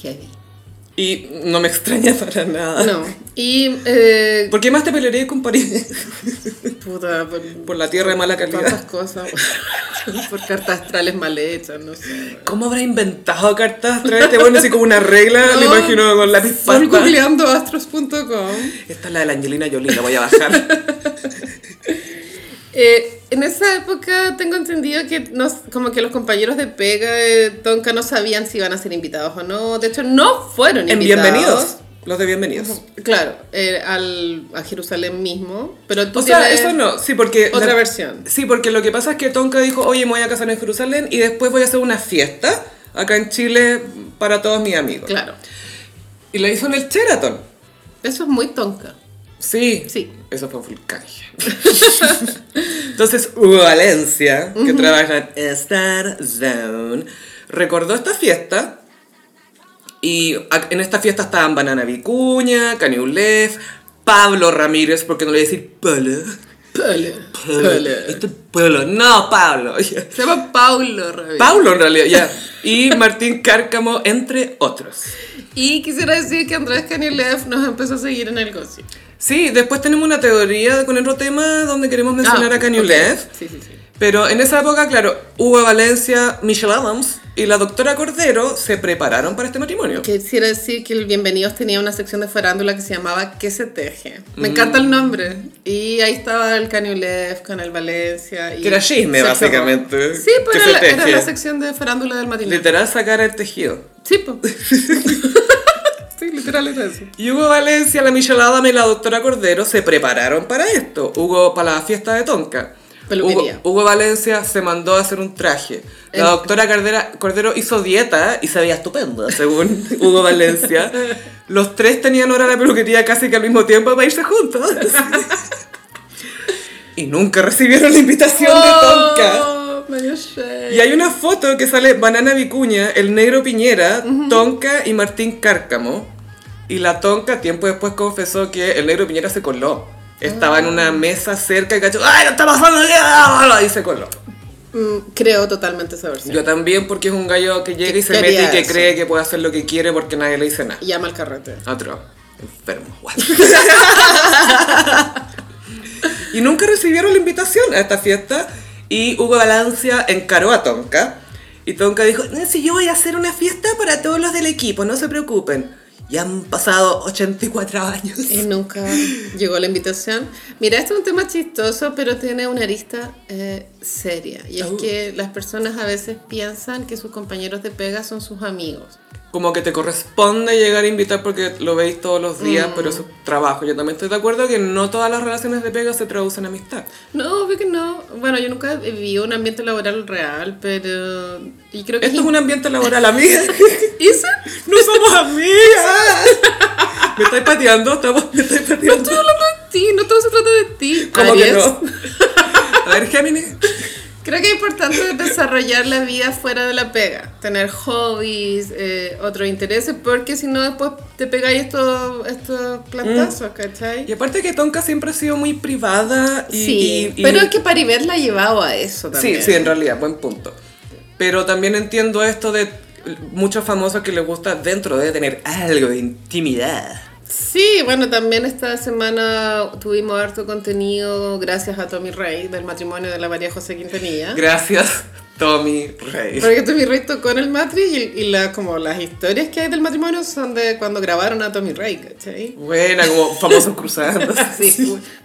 Heavy.
y no me extraña para nada.
No. Y. Eh,
¿Por qué más te pelearías con París?
puta, por,
por la tierra de mala
tantas
calidad.
cosas. por cartas astrales mal hechas, no sé.
¿Cómo habrá inventado cartas? Trae te bueno así como una regla, me
No,
imagino con la
Por
pispata.
googleando astros.com.
Esta es la de la Angelina Jolie, la voy a bajar.
Eh, en esa época tengo entendido que nos, como que los compañeros de pega de Tonka no sabían si iban a ser invitados o no. De hecho, no fueron
en
invitados.
Bienvenidos, los de Bienvenidos.
Claro, eh, al, a Jerusalén mismo, pero tú
O sea,
tienes
eso no, sí, porque...
otra
la-
versión.
Sí, porque lo que pasa es que Tonka dijo, oye, me voy a casar en Jerusalén y después voy a hacer una fiesta acá en Chile para todos mis amigos.
Claro,
Y lo hizo en el Sheraton.
eso es muy tonca.
Sí.
Sí.
Eso fue full canje. Entonces, Hugo Valencia, que trabaja en Star Zone, recordó esta fiesta Y a- en esta fiesta estaban Banana Vicuña, Caniulef, Pablo Ramírez, porque no le voy a decir Pablo.
Pele,
Pablo.
pele.
Este Pablo, no, Pablo. Ya.
Se llama Paulo Ramírez.
Pablo en realidad, ya. Y Martín Cárcamo, entre otros.
y quisiera decir que Andrés Canilev nos empezó a seguir en el gossip.
Sí, después tenemos una teoría con otro tema donde queremos mencionar a Caniulef.
Canilev? Ah, Sí, sí, sí.
Pero en esa época, claro, Hugo Valencia, Michelle Adams y la doctora Cordero se prepararon para este matrimonio.
Quisiera decir que el Bienvenidos tenía una sección de farándula que se llamaba ¿Qué se teje?
Mm.
Me encanta el nombre. Y ahí estaba el Caniulef con el Valencia. Y
Que era chisme,
se
básicamente.
cerró. Sí,
¿Qué
pero
se
era, la- era
teje?
la sección de farándula del matinal.
Literal sacar el tejido.
sí, po. sí, literal era eso.
Y Hugo Valencia, la Michelle Adams y la doctora Cordero se prepararon para esto. Hugo, para la fiesta de Tonka. Hugo,
Peluquería.
Hugo Valencia se mandó a hacer un traje. La
El-
doctora Cardera- Cordero hizo dieta y se veía estupenda, según Hugo Valencia. Los tres tenían hora de la peluquería casi que al mismo tiempo para irse juntos. y nunca recibieron la invitación de Tonka.
Oh, me dio shade.
Y hay una foto que sale Banana Vicuña, el negro Piñera, Tonka y Martín Cárcamo. Y la Tonka tiempo después confesó que el negro Piñera se coló. Estaba en una mesa cerca y cachó, ¡ay, lo está pasando! bien", Y se coló.
Mm, creo totalmente esa versión.
Yo también, porque es un gallo que llega y se
Quería
mete y que
eso.
cree que puede hacer lo que quiere porque nadie le dice nada.
Y ama el carrete.
Otro, enfermo. guau. y nunca recibieron la invitación a esta fiesta. Y Hugo Valencia encaró a Tonka. Y Tonka dijo, "No, si yo voy a hacer una fiesta para todos los del equipo, no se preocupen. Ya han pasado 84 años.
Y nunca llegó la invitación. Mira, este es un tema chistoso, pero tiene una arista eh, seria. Y es
Uh.
que las personas a veces piensan que sus compañeros de pega son sus amigos.
Como que te corresponde llegar a invitar porque lo veis todos los días, pero eso es trabajo. Yo también estoy de acuerdo que no todas las relaciones de pega se traducen en amistad.
No, obvio que no. Bueno, yo nunca viví un ambiente laboral real, pero... Y creo que...
Esto es un ambiente laboral, amiga.
¿Hice?
¡No somos amigas! ¿Me estáis pateando? Estamos- ¿Me estáis
No
pateando?
estoy hablando de ti, no todo se trata de ti.
¿Cómo que
Aries.
no? A ver, Géminis.
Creo que es importante desarrollar la vida fuera de la pega, tener hobbies, eh, otros intereses, porque si no después te pegáis estos, estos plantazos,
Mm. Y
¿cachai?
aparte que Tonka siempre ha sido muy privada y...
sí,
y- y-
pero es que Paribet la ha llevado a eso también.
Sí, sí, en realidad, buen punto. Pero también entiendo esto de muchos famosos que les gusta dentro de tener algo de intimidad.
Sí, bueno, también esta semana tuvimos harto contenido gracias a Tommy Rey del matrimonio de la María José Quintanilla.
Gracias, Tommy Rey.
Porque Tommy Rey tocó en el Matri y, y la- como las historias que hay del matrimonio son de cuando grabaron a Tommy Rey, ¿cachai?
Buena, como famosos cruzados.
Sí,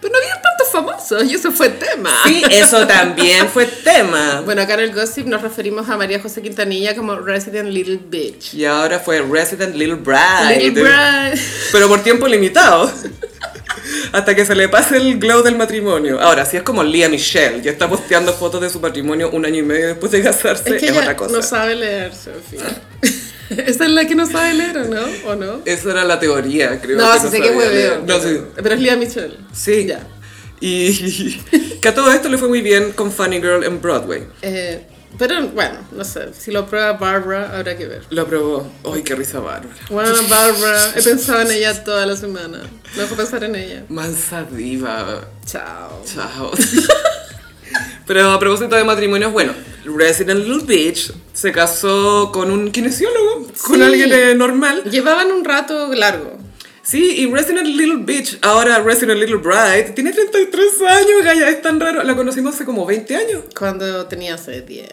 pero no había tantos famosos y eso fue tema.
Sí, eso también fue tema.
Bueno, acá en el gossip nos referimos a María José Quintanilla como Resident Little Bitch.
Y ahora fue Resident Little Bride.
Little Bride.
pero por tiempo limitado. Hasta que se le pase el glow del matrimonio. Ahora, si es como Lea Michelle, ya está posteando fotos de su matrimonio un año y medio después de casarse,
Es
es,
que ella
otra cosa.
no sabe leer, Sofía. Esa es la que no sabe leer, ¿o no? ¿O no?
Esa era la teoría, creo.
No,
que
sí sé que es
sabía leer.
hueveo.
No, sí.
Pero es Lía Michelle.
Sí.
Ya.
Y que a todo esto le fue muy bien con Funny Girl en Broadway.
Eh, pero bueno, no sé. Si lo prueba Barbara, habrá que ver.
Lo probó. ¡Ay, qué risa bárbara!
Bueno, Barbara, he pensado en ella toda la semana. No dejó pensar en ella.
Mansa diva.
Chao.
Chao. Pero a propósito de matrimonios, bueno, Resident Little Beach se casó con un kinesiólogo, con
Sí.
alguien eh, normal.
Llevaban un rato largo.
Sí, y Resident Little Beach, ahora Resident Little Bride, tiene 33 años, Gaya, es tan raro. La conocimos hace como 20 años.
Cuando tenía hace 10.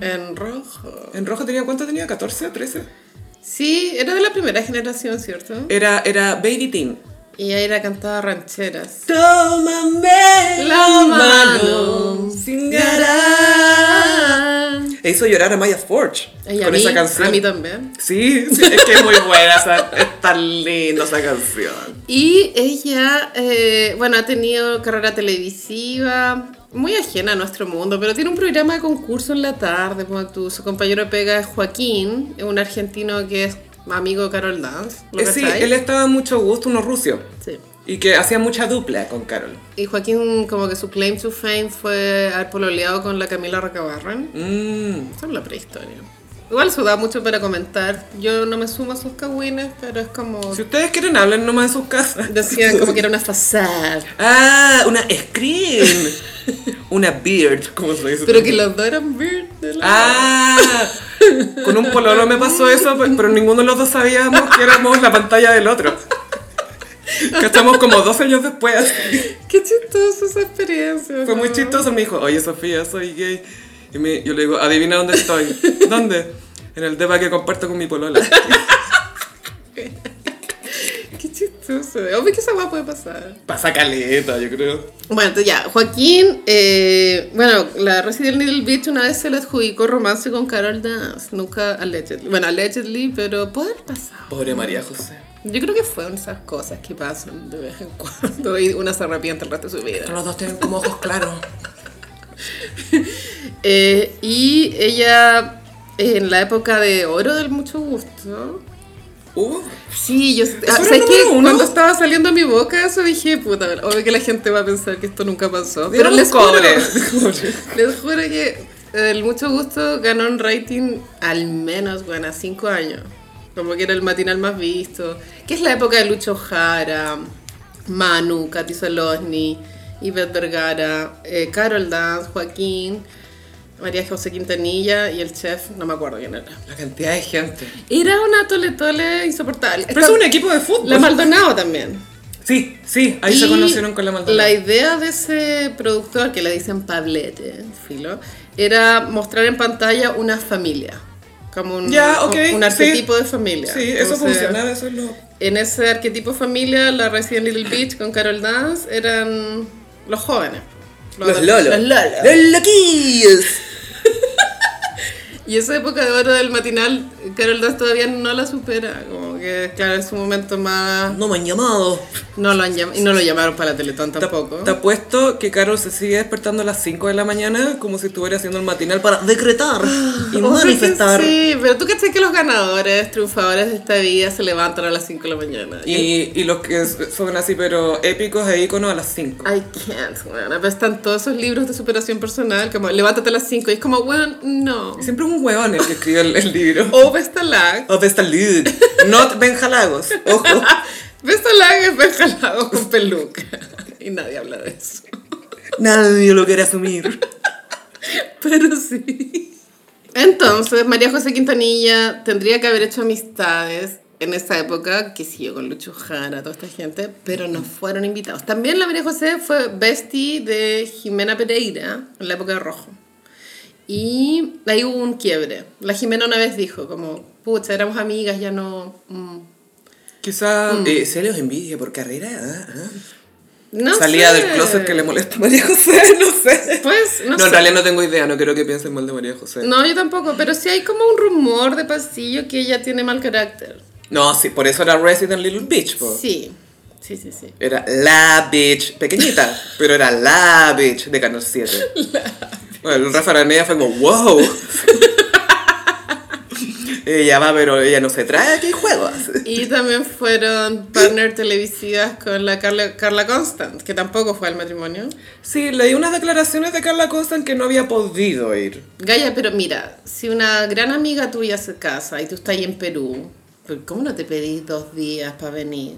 En rojo.
En rojo tenía, ¿cuánto tenía? ¿14, 13?
Sí, era de la primera generación, ¿cierto?
Era, era Baby Teen.
Y ahí era cantada rancheras.
Tómame
la mano,
sin E hizo llorar a Maya Forge
Y a
con
mí-
esa canción.
A mí también.
Sí, sí, es que es muy buena, esa- es tan linda esa canción.
Y ella, eh, bueno, ha tenido carrera televisiva, muy ajena a nuestro mundo, pero tiene un programa de concurso en la tarde. como tú. Su compañero de pega es Joaquín, un argentino que es amigo de Carol Dance. ¿lo
Eh, sí,
cachai?
él estaba mucho gusto, uno ruso.
Sí.
Y que hacía mucha dupla con Carol.
Y Joaquín, como que su claim to fame fue haber pololeado con la Camila Recabarren.
Mm,
Esa es la prehistoria. Igual se da mucho para comentar. Yo no me sumo a sus cagüines, pero es como.
Si ustedes quieren, hablen nomás en sus casas.
Decían como que era una fasada.
Ah, una screen. una beard, como se dice.
Pero que los dos eran beard. de la-
Ah, con un pololo me pasó eso, pues, pero ninguno de los dos sabíamos que éramos la pantalla del otro. Cachamos como dos años después. así.
Qué chistosa esa experiencia.
Fue muy
¿no?
chistoso. Me dijo, oye Sofía, soy gay. Y me- yo le digo, adivina dónde estoy. ¿Dónde? En el depa que comparto con mi polola.
Qué chistoso. Obvio que esa guapa puede pasar.
Pasa caleta, yo creo.
Bueno, entonces ya, Joaquín, eh, bueno, la Resident Little Beach una vez se le adjudicó romance con Carol Dance, nunca allegedly, bueno, allegedly, pero puede haber pasado.
Pobre María José.
Yo creo que fueron esas cosas que pasan de vez en cuando y una se arrepiente el resto de su vida.
Los dos tienen como ojos claros.
Eh, y ella, en la época de oro del mucho gusto,
Uh,
Sí, yo sé
era
que
número uno?
Ah, cuando estaba saliendo de mi boca eso dije, puta, obvio que la gente va a pensar que esto nunca pasó. Pero
Dieron
les
cobre.
juro, les juro que eh, el mucho gusto ganó un rating al menos, bueno, a cinco años. Como que era el matinal más visto. Que es la época de Lucho Jara, Manu, Katy Solosny, Ivette Vergara, eh, Carol Dance, Joaquín, María José Quintanilla y el chef, no me acuerdo quién era.
la cantidad de gente.
Era una tole tole insoportable.
Pero es
Esta-
un equipo de fútbol.
la Maldonado también.
Sí, sí, ahí
Y
se conocieron con la maldad.
La idea de ese productor, que le dicen Pablete, filo, era mostrar en pantalla una familia. Como un,
Ya, ok,
un
sí.
arquetipo de familia.
Sí, eso
Entonces,
funcionaba, eso es lo...
En ese arquetipo familia, la Resident Little Beach con Carol Dance eran los jóvenes. Los lolos.
loquillos.
Y esa época de oro del matinal, Carol Dance todavía no la supera. Como que, claro, es un momento más.
No me han llamado.
No lo, han llam- y no lo llamaron para la Teletón tampoco.
Te, te apuesto que Carol se sigue despertando a las 5 de la mañana como si estuviera haciendo el matinal para decretar y
O sea que
manifestar.
Sí, pero tú cachai que los ganadores, triunfadores de esta vida se levantan a las 5 de la mañana.
Y, y los que s- son así, pero épicos e íconos a las 5.
I can't, weón. Pero están todos esos libros de superación personal, como levántate a las 5. Y es como, weón, no.
Siempre es un huevón el que escribe el, el libro.
O Vestalag.
Oh, Of esta lid. Not Benjalagos. Ojo.
Vestalag es Benjalado con peluca. Y nadie habla de eso.
Nadie lo quiere asumir.
Pero sí. Entonces, María José Quintanilla tendría que haber hecho amistades en esa época, que siguió con Lucho Jara, toda esta gente, pero no fueron invitados. También la María José fue bestie de Jimena Pereira en la época de Rojo. Y ahí hubo un quiebre. La Jimena una vez dijo, como, pucha, éramos amigas, ya no... mm".
Quizá eh, se los envidia por carrera. ah, ah.
No
Salida
sé.
del closet que le molesta a María José, no sé.
Pues, no,
No,
sé.
en realidad no tengo idea, no creo que piensen mal de María José. No.
No, yo tampoco, pero sí hay como un rumor de pasillo que ella tiene mal carácter.
sí, por eso era Resident Little Bitch, po.
Sí, sí, sí, sí.
Era la bitch, pequeñita, pero era la bitch de Canal 7. Bueno, el Rafa Aranea fue como, wow. ella va, pero ella no se trae aquí juegos.
Y también fueron partner televisivas con la Carla, Carla Constant, que tampoco fue al matrimonio.
Sí, leí unas declaraciones de Carla Constant que no había podido ir.
Gaya, pero mira, si una gran amiga tuya se casa y tú estás ahí en Perú, pues, ¿cómo no te pedís dos días para venir?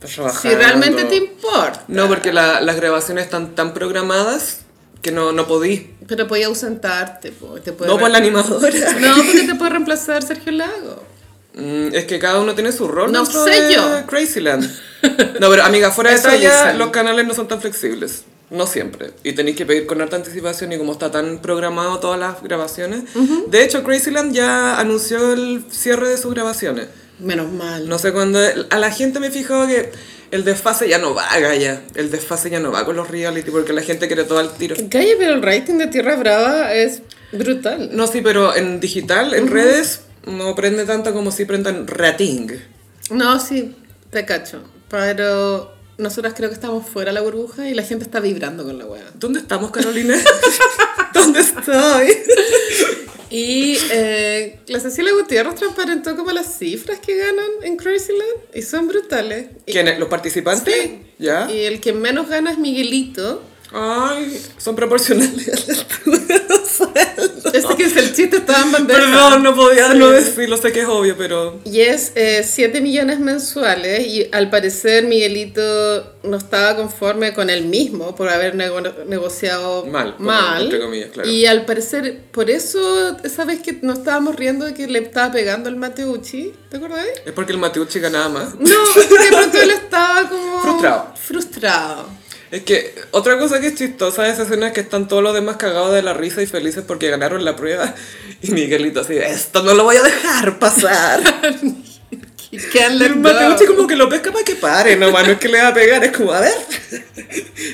Está trabajando.
Si realmente te importa.
No, porque la- las grabaciones están tan programadas que no, no podí.
Pero podías ausentarte. po, te puede
No por la
re-
animadora.
No, porque te puede reemplazar Sergio Lago.
Mm, es que cada uno tiene su rol.
No
dentro
sé
de
yo.
Crazyland. No, pero amiga, fuera de
Eso
talla,
dicen.
los canales no son tan flexibles. No siempre. Y tenéis que pedir con harta anticipación y como está tan programado todas las grabaciones. De hecho, Crazyland ya anunció el cierre de sus grabaciones.
Menos mal.
No sé cuándo... A la gente me he fijado que el desfase ya no va, Gaya. El desfase ya no va con los reality porque la gente quiere todo al tiro.
Gaya, pero el rating de Tierra Brava es brutal.
No, sí, pero en digital, en redes, no prende tanto como si prendan rating.
No, sí, te cacho. Pero nosotras creo que estamos fuera de la burbuja y la gente está vibrando con la weá.
¿Dónde estamos, Carolina? ¿Dónde estoy?
Y eh, la Cecilia Gutiérrez transparentó como las cifras que ganan en Crazyland y son brutales. Y,
¿Quiénes? ¿Los participantes?
Sí.
¿Ya?
y el que menos gana es Miguelito.
Ay, son proporcionales.
Este que es el chiste, estaba en bandeja.
Perdón, no podía no decirlo, sé que es obvio, pero.
Y es eh, 7 millones mensuales y al parecer Miguelito no estaba conforme con él mismo por haber nego- negociado
Mal, por-
mal.
entre comillas, claro.
Y al parecer, por eso, esa vez que nos estábamos riendo de que le estaba pegando el Mateucci, ¿te acordás?
Es porque el Mateucci ganaba más.
No, es que de pronto él estaba como...
Frustrado.
Frustrado.
Es que otra cosa que es chistosa de esa escena es que están todos los demás cagados de la risa y felices porque ganaron la prueba. Y Miguelito así, esto no lo voy a dejar pasar.
Y quedan
Y el
las
Mateucci
dos.
como que lo pesca para que pare, nomás no es que le va a pegar, es como, a ver.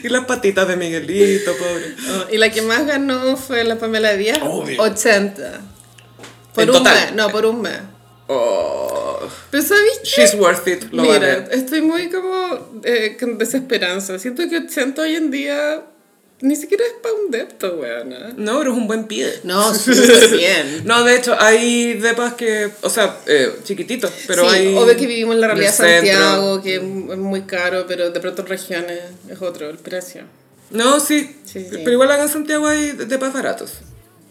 Y las patitas de Miguelito, pobre.
Y la que más ganó fue la Pamela Díaz.
Obvio.
80. Por
En
un
total.
mes. No, por un mes.
Oh,
Pero ¿sabéis qué?
she's worth it, lo va a
Mira,
ver.
estoy muy como eh, con desesperanza. Siento que 80 hoy en día ni siquiera es para un depto, weona.
No, pero es un buen pie.
No, sí, está bien.
No, de hecho, hay depas que, o sea, eh, chiquititos, pero
sí,
hay...
obvio que vivimos en la realidad de
en el centro.
Santiago, que es muy caro, pero de pronto en regiones es otro el precio.
No, sí,
Sí, sí.
pero igual acá en Santiago hay depas baratos.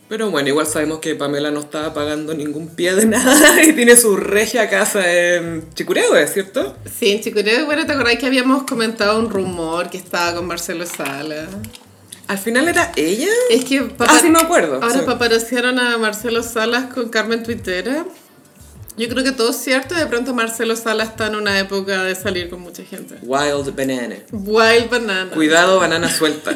Pero bueno, igual sabemos que Pamela no estaba pagando ningún pie de nada y tiene su regia casa en Chicureo, ¿es cierto?
Sí, en Chicureo, bueno, ¿te acordás que habíamos comentado un rumor que estaba con Marcelo Sala?
Al final era ella.
Es que
Ah, sí, me acuerdo,
Ahora
sí.
paparazziaron a Marcelo Salas con Carmen Twittera. Yo creo que todo es cierto. De pronto Marcelo Salas está en una época de salir con mucha gente.
Wild Banana.
Wild Banana.
Cuidado, banana suelta.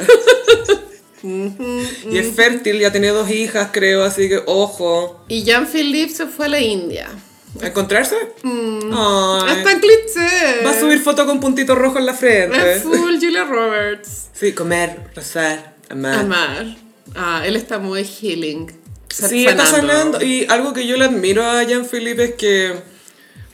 y es fértil, ya tiene dos hijas, creo, así que ojo.
Y Jean-Philippe se fue a la India.
¿A encontrarse?
Mm.
Ay.
Hasta en cliché.
Va a subir foto con puntito rojo en la
Es
frente.
full Julia Roberts.
Sí, comer, rezar, amar.
Amar. Ah, él está muy healing. Sa-
Sí, está sanando. Y algo que yo le admiro a Jean-Philippe es que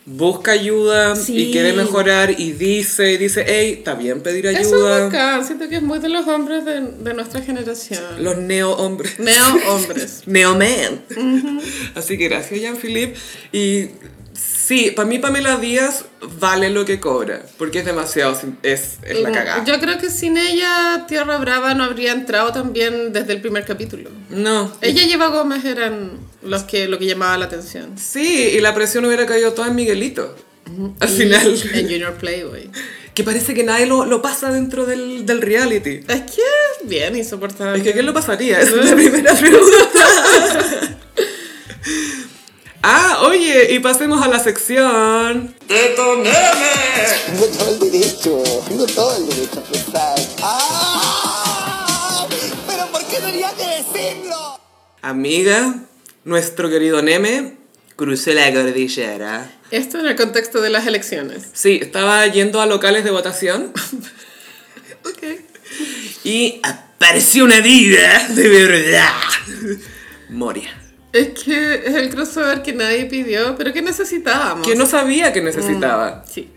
busca ayuda
Sí.
y quiere mejorar y dice, y dice, hey, está bien pedir
Eso es
ayuda.
bacán. Siento que es muy de los hombres de, de nuestra generación.
Los neo-hombres.
Neo hombres.
Neoman. Así que gracias, Jean-Philippe. Y sí, para mí Pamela Díaz vale lo que cobra, porque es demasiado, sim- es, es la
Mm,
cagada.
Yo creo que sin ella Tierra Brava no habría entrado también desde el primer capítulo.
No.
Ella y Eva Gómez eran los que, lo que llamaba la atención.
Sí, y la presión hubiera caído toda en Miguelito. Al
Y
final.
En Junior Playboy.
Que parece que nadie lo, lo pasa dentro del, del reality.
Es que es bien insoportable.
Es que ¿quién lo pasaría? Esa es la primera pregunta. ah, oye, y pasemos a la sección.
Tengo todo el derecho, tengo todo el derecho a pensar. ¡Ah! ¿Pero por qué tenía que decirlo?
Amiga, nuestro querido Neme cruzó la cordillera.
Esto en el contexto de las elecciones.
Sí, estaba yendo a locales de votación y apareció una herida de verdad. Moria.
Es que es el crossover que nadie pidió, pero que necesitábamos.
Que no sabía que necesitaba.
Sí.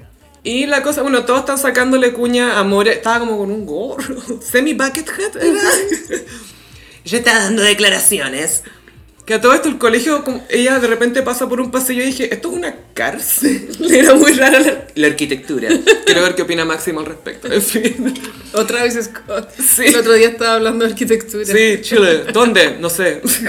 Y la cosa, bueno, todos están sacándole cuña a Moria. Estaba como con un gorro. Semi bucket hat. era.
Ya está dando declaraciones.
que a todo esto el colegio, como- ella de repente pasa por un pasillo y dije, esto es una cárcel. Era muy rara la, la arquitectura. Quiero ver qué opina Máximo al respecto. En fin.
Otra vez Scott.
Sí.
El otro día estaba hablando de arquitectura.
Sí, Chile. ¿Dónde? No sé.
Eso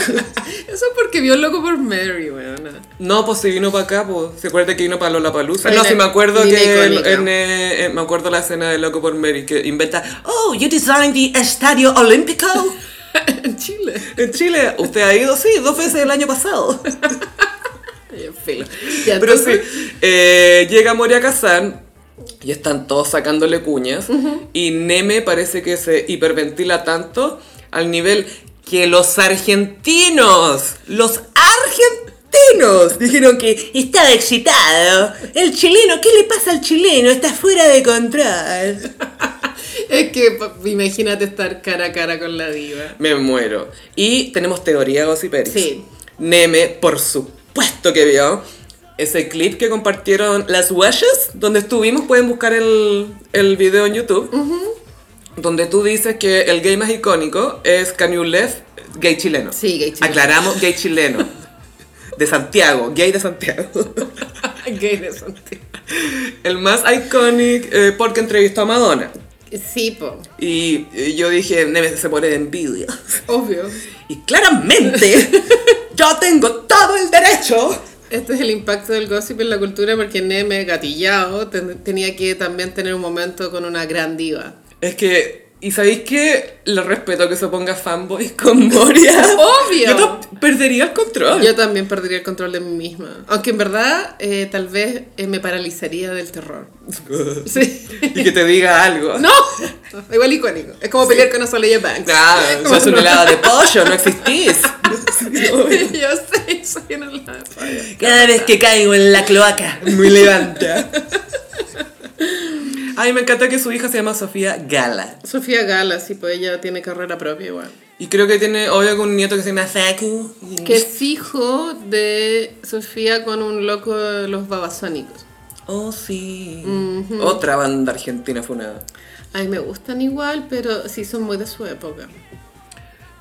es porque vio loco por Mary, weona.
No, pues si vino para acá, pues. ¿Se acuerda que vino para Lola Palusa?
Ay,
No,
la-
si me acuerdo
ni
que en,
icónica.
en, eh, eh, me acuerdo la escena de Loco por Mary que inventa.
Oh, you designed the Estadio Olímpico.
en Chile.
En Chile, usted ha ido, sí, dos veces el año pasado.
En fin. Ya,
Pero sí,
entonces-
eh, llega Moria Kazan y están todos sacándole cuñas. Y Neme parece que se hiperventila tanto al nivel que los argentinos, los argentinos, dijeron que
Estaba excitado. El chileno, ¿qué le pasa al chileno? Está fuera de control.
Es que pa- imagínate estar cara a cara con la diva.
Me muero. Y tenemos teoría Gossip Peris.
Sí.
Neme, por supuesto que vio ese clip que compartieron las Washes, donde estuvimos, pueden buscar el, el video en YouTube, donde tú dices que el gay más icónico es Kanye Left, gay chileno.
Sí, gay chileno.
Aclaramos, gay chileno. De Santiago, gay de Santiago.
Qué interesante.
El más icónico eh, porque entrevistó a Madonna.
Sí, po.
Y eh, yo dije, Neme se pone de envidia.
Obvio.
Y claramente yo tengo todo el derecho.
Este es el impacto del gossip en la cultura porque Neme Gatillado ten- tenía que también tener un momento con una gran diva.
Es que, ¿y sabéis que Le respeto que se ponga fanboy con Moria.
Obvio.
Yo to- perdería el control.
Yo también perdería el control de mí misma. Aunque en verdad eh, tal vez eh, me paralizaría del terror. Sí.
Y que te diga algo.
¡No! Igual icónico. Es como pelear con Azalea Banks.
Ah,
Como
sos un
no.
helado de pollo, no existís.
Yo sé, soy una helada de pollo.
Cada vez que caigo en la cloaca.
Muy levanta. Ay, me encanta que su hija se llama Sofía Gala.
Sofía Gala, sí, pues ella tiene carrera propia igual.
Y creo que tiene, obvio, un nieto que se llama Facu.
Que es hijo de Sofía con un loco de los babasónicos.
Oh, sí. Otra banda argentina funada.
Ay, me gustan igual, pero sí son muy de su época.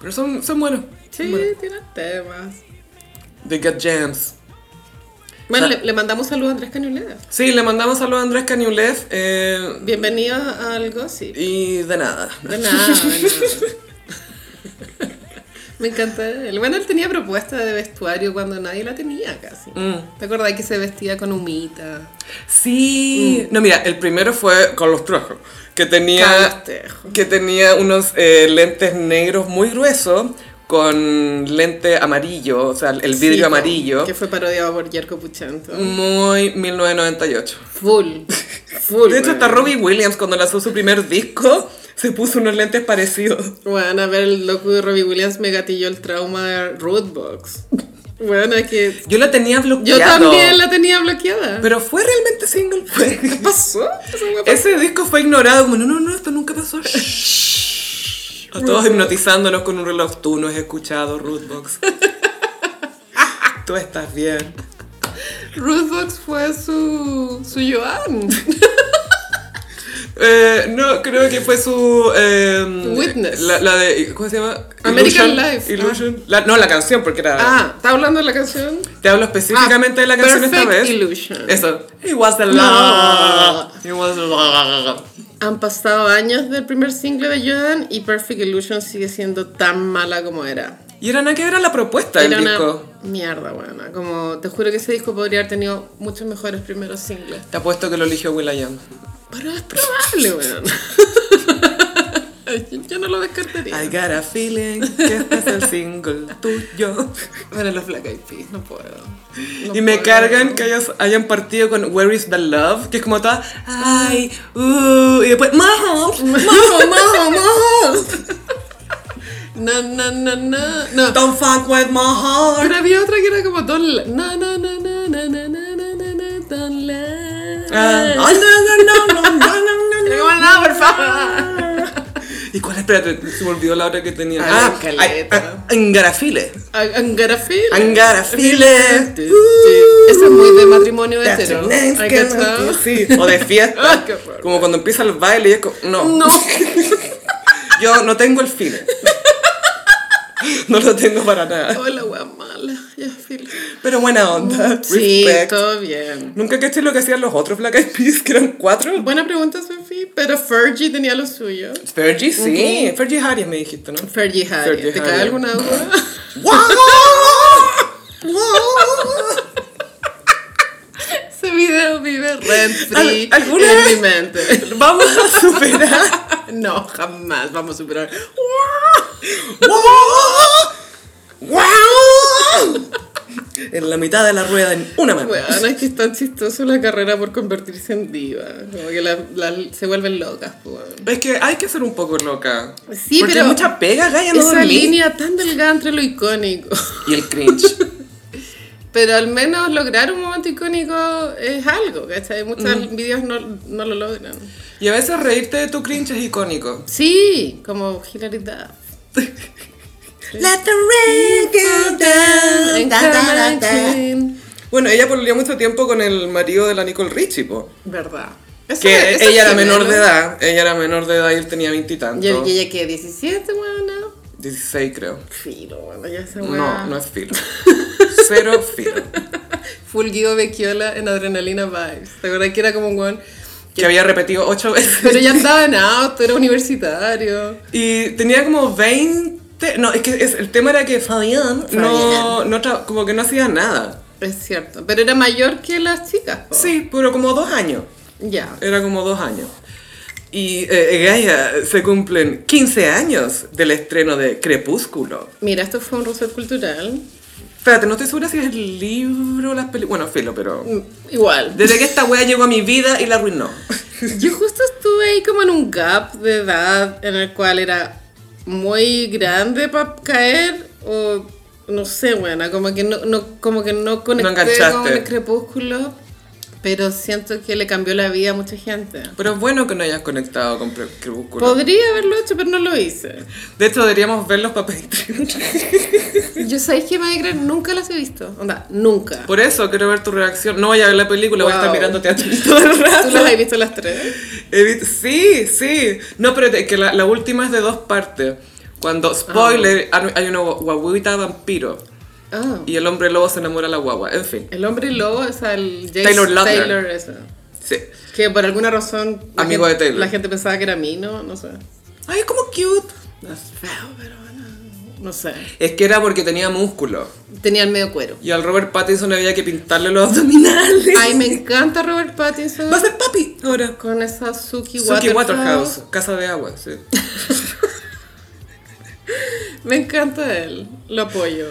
Pero son, son buenos.
Sí,
Son buenos.
tienen temas.
They got jams.
Bueno,
Ah.
le, le mandamos saludos a Andrés Cañulera.
Sí, le mandamos saludos a Andrés Cañulev. eh,
Bienvenidos al Gossip.
y de nada.
De nada, de nada. Me encanta él. Bueno, él tenía propuesta de vestuario cuando nadie la tenía casi.
Mm.
¿Te acordás que se vestía con humita?
Sí. No, mira, el primero fue con los trojos. Que tenía,
Castejo.
que tenía unos eh, lentes negros muy gruesos con lente amarillo, o sea, el vidrio
Sí,
amarillo. Mm.
Que fue parodiado por Yerko Puchento.
Muy 1998.
Full. Full.
De hecho,
weón.
hasta Robbie Williams, cuando lanzó su primer disco, se puso unos lentes parecidos.
Bueno, a ver, el loco de Robbie Williams me gatilló el trauma de Rootbox. Bueno, que.
Yo la tenía
Yo
bloqueado.
también la tenía bloqueada.
Pero fue realmente single. Fue-
¿Qué pasó? Esa weá pasó.
Ese disco fue ignorado, como, no, no, no, esto nunca pasó. Shh. A todos hipnotizándonos con un reloj, tú no has escuchado Rootbox. tú estás bien.
Rootbox fue su. su Joan.
Eh, no, creo que fue su... eh,
Witness.
La, la de, ¿cómo se llama?
American Life.
Illusion. La- no, la canción, porque era...
Ah, ¿está hablando de la canción?
Te hablo específicamente
Ah,
de la canción esta
Perfect
vez.
Illusion.
Eso. It was a love. It was a love.
Han pasado años del primer single de Joan y Perfect Illusion sigue siendo tan mala como era.
Y era nada que ver a la propuesta del
Era una
disco.
mierda, buena. Como te juro que ese disco podría haber tenido muchos mejores primeros singles.
Te apuesto que lo eligió Will.i.am.
Pero es probable, weón. Yo no lo descartaría.
I got a feeling que este es el single tuyo.
Bueno, los Black Eyed Peas, no puedo. No
y me
puedo.
cargan que ellos hayan partido con Where is the love, que es como toda, ay, uh, y después, majo, majo, majo, majo.
No, no, no, no. No.
Don't fuck with my heart.
Pero había otra que era como Don La. No, no, no, no, no, no, no, no, no, no, Don La.
Ah, no, no, no, no, no, no, no, no.
Era como, no, por favor.
¿Y cuál? Espérate, se me olvidó la otra que tenía. Ah,
Ay, caleta.
a- a- Angarafile.
I'm gonna feel.
Angarafile.
Sí, Ese es muy de matrimonio
That's
hetero.
your name,
Ay,
girl.
¿cachao?
Sí, o de
Ay,
fiesta.
qué horror.
como cuando empieza el baile y es como, no,
No. Oh,
yo no tengo el file. No lo tengo para nada.
Hola, wea mala. Ya, filo.
Pero buena onda.
Sí,
Respect.
todo bien.
Nunca caché lo que hacían los otros Black Eyed Peas, que eran cuatro.
Buena pregunta, Sophie. Pero Fergie tenía lo suyo.
Fergie, sí. Fergie Harris me dijiste, ¿no?
Fergie Harriet.
Fergie
¿Te cae
Harriet.
alguna duda? Ese video vive rent free
Al- ¿alguna
en
vez?
mi mente.
Vamos a superar.
No, jamás vamos a superar.
En la mitad de la rueda en una mano.
Bueno, es que es tan chistoso la carrera por convertirse en diva. Como que la- la- se vuelven locas, pues, weón.
Es que hay que ser un poco loca.
Pues Sí,
Porque
pero
hay mucha pega, Gaya, no
Esa
dormí.
línea tan delgada entre lo icónico.
Y el cringe.
Pero al menos lograr un momento icónico es algo, ¿cachai? Muchos videos no, no lo logran.
Y a veces reírte de tu cringe es icónico.
Sí, como Hilary Duff.
Let the rain go down.
En
Da, da, da, da.
Clean.
Bueno, ella pololeó mucho tiempo con el marido de la Nicole Richie, po.
Verdad. Eso-
Que
eso
ella
es
era menor
tremendo.
de edad. Ella era menor de edad y él tenía
Y
veintitantos.
y ella que 17, bueno,
16 creo.
filo, bueno, ya se
No, no es filo. Cero filo.
Full Guido Becchiola en Adrenalina Vibes. ¿Te acuerdas que era como un weón?
Que había repetido ocho veces.
Pero ya andaba en auto, era universitario.
Y tenía como 20 te- no, es que es- el tema era que Fabián no,
Fabián.
no tra- como que no hacía nada.
Es cierto. Pero era mayor que las chicas. po.
Sí, pero como dos años.
Ya.
Era como dos años. Y eh, Gaia se cumplen 15 años del estreno de Crepúsculo.
Mira, esto fue un reset cultural.
Espérate, no estoy segura si es el libro o las películas. Bueno, filo, pero.
Mm, Igual.
Desde que esta wea llegó a mi vida y la arruinó.
Yo justo estuve ahí como en un gap de edad en el cual era muy grande para caer o no sé, buena, como que no, no- como que no conecté
enganchaste.
con el crepúsculo, pero siento que le cambió la vida a mucha gente.
Pero es bueno que no hayas conectado con Pre- Crepúsculo.
Podría haberlo hecho, pero no lo hice.
De hecho, deberíamos verlos para Patreon.
Yo sabéis que me voy a creer, nunca las he visto. Onda, nunca.
Por eso quiero ver tu reacción. No voy a ver la película, voy a estar
Wow.
mirándote a ti todo el rato.
¿Tú las has visto las tres?
He vi- Sí, sí. No, pero te- que la, la última es de dos partes. Cuando, spoiler, hay- hay una gua- guaguita vampiro.
Ah.
Y el hombre lobo se enamora de la guagua. En fin.
El hombre lobo es el Jace
Taylor Lautner.
Taylor, eso.
Sí.
Que por alguna razón. la
Amigo
gente-
de Taylor.
La gente pensaba que era Mino, no sé.
Ay, es como cute.
No es feo, pero bueno. No sé.
Es que era porque tenía músculo.
Tenía el medio cuero.
Y al Robert Pattinson había que pintarle los abdominales.
Ay, me encanta Robert Pattinson.
Va a ser papi ahora.
Con esa Suki,
Suki
Waterhouse.
Waterhouse, casa de agua, sí.
Me encanta él. Lo apoyo.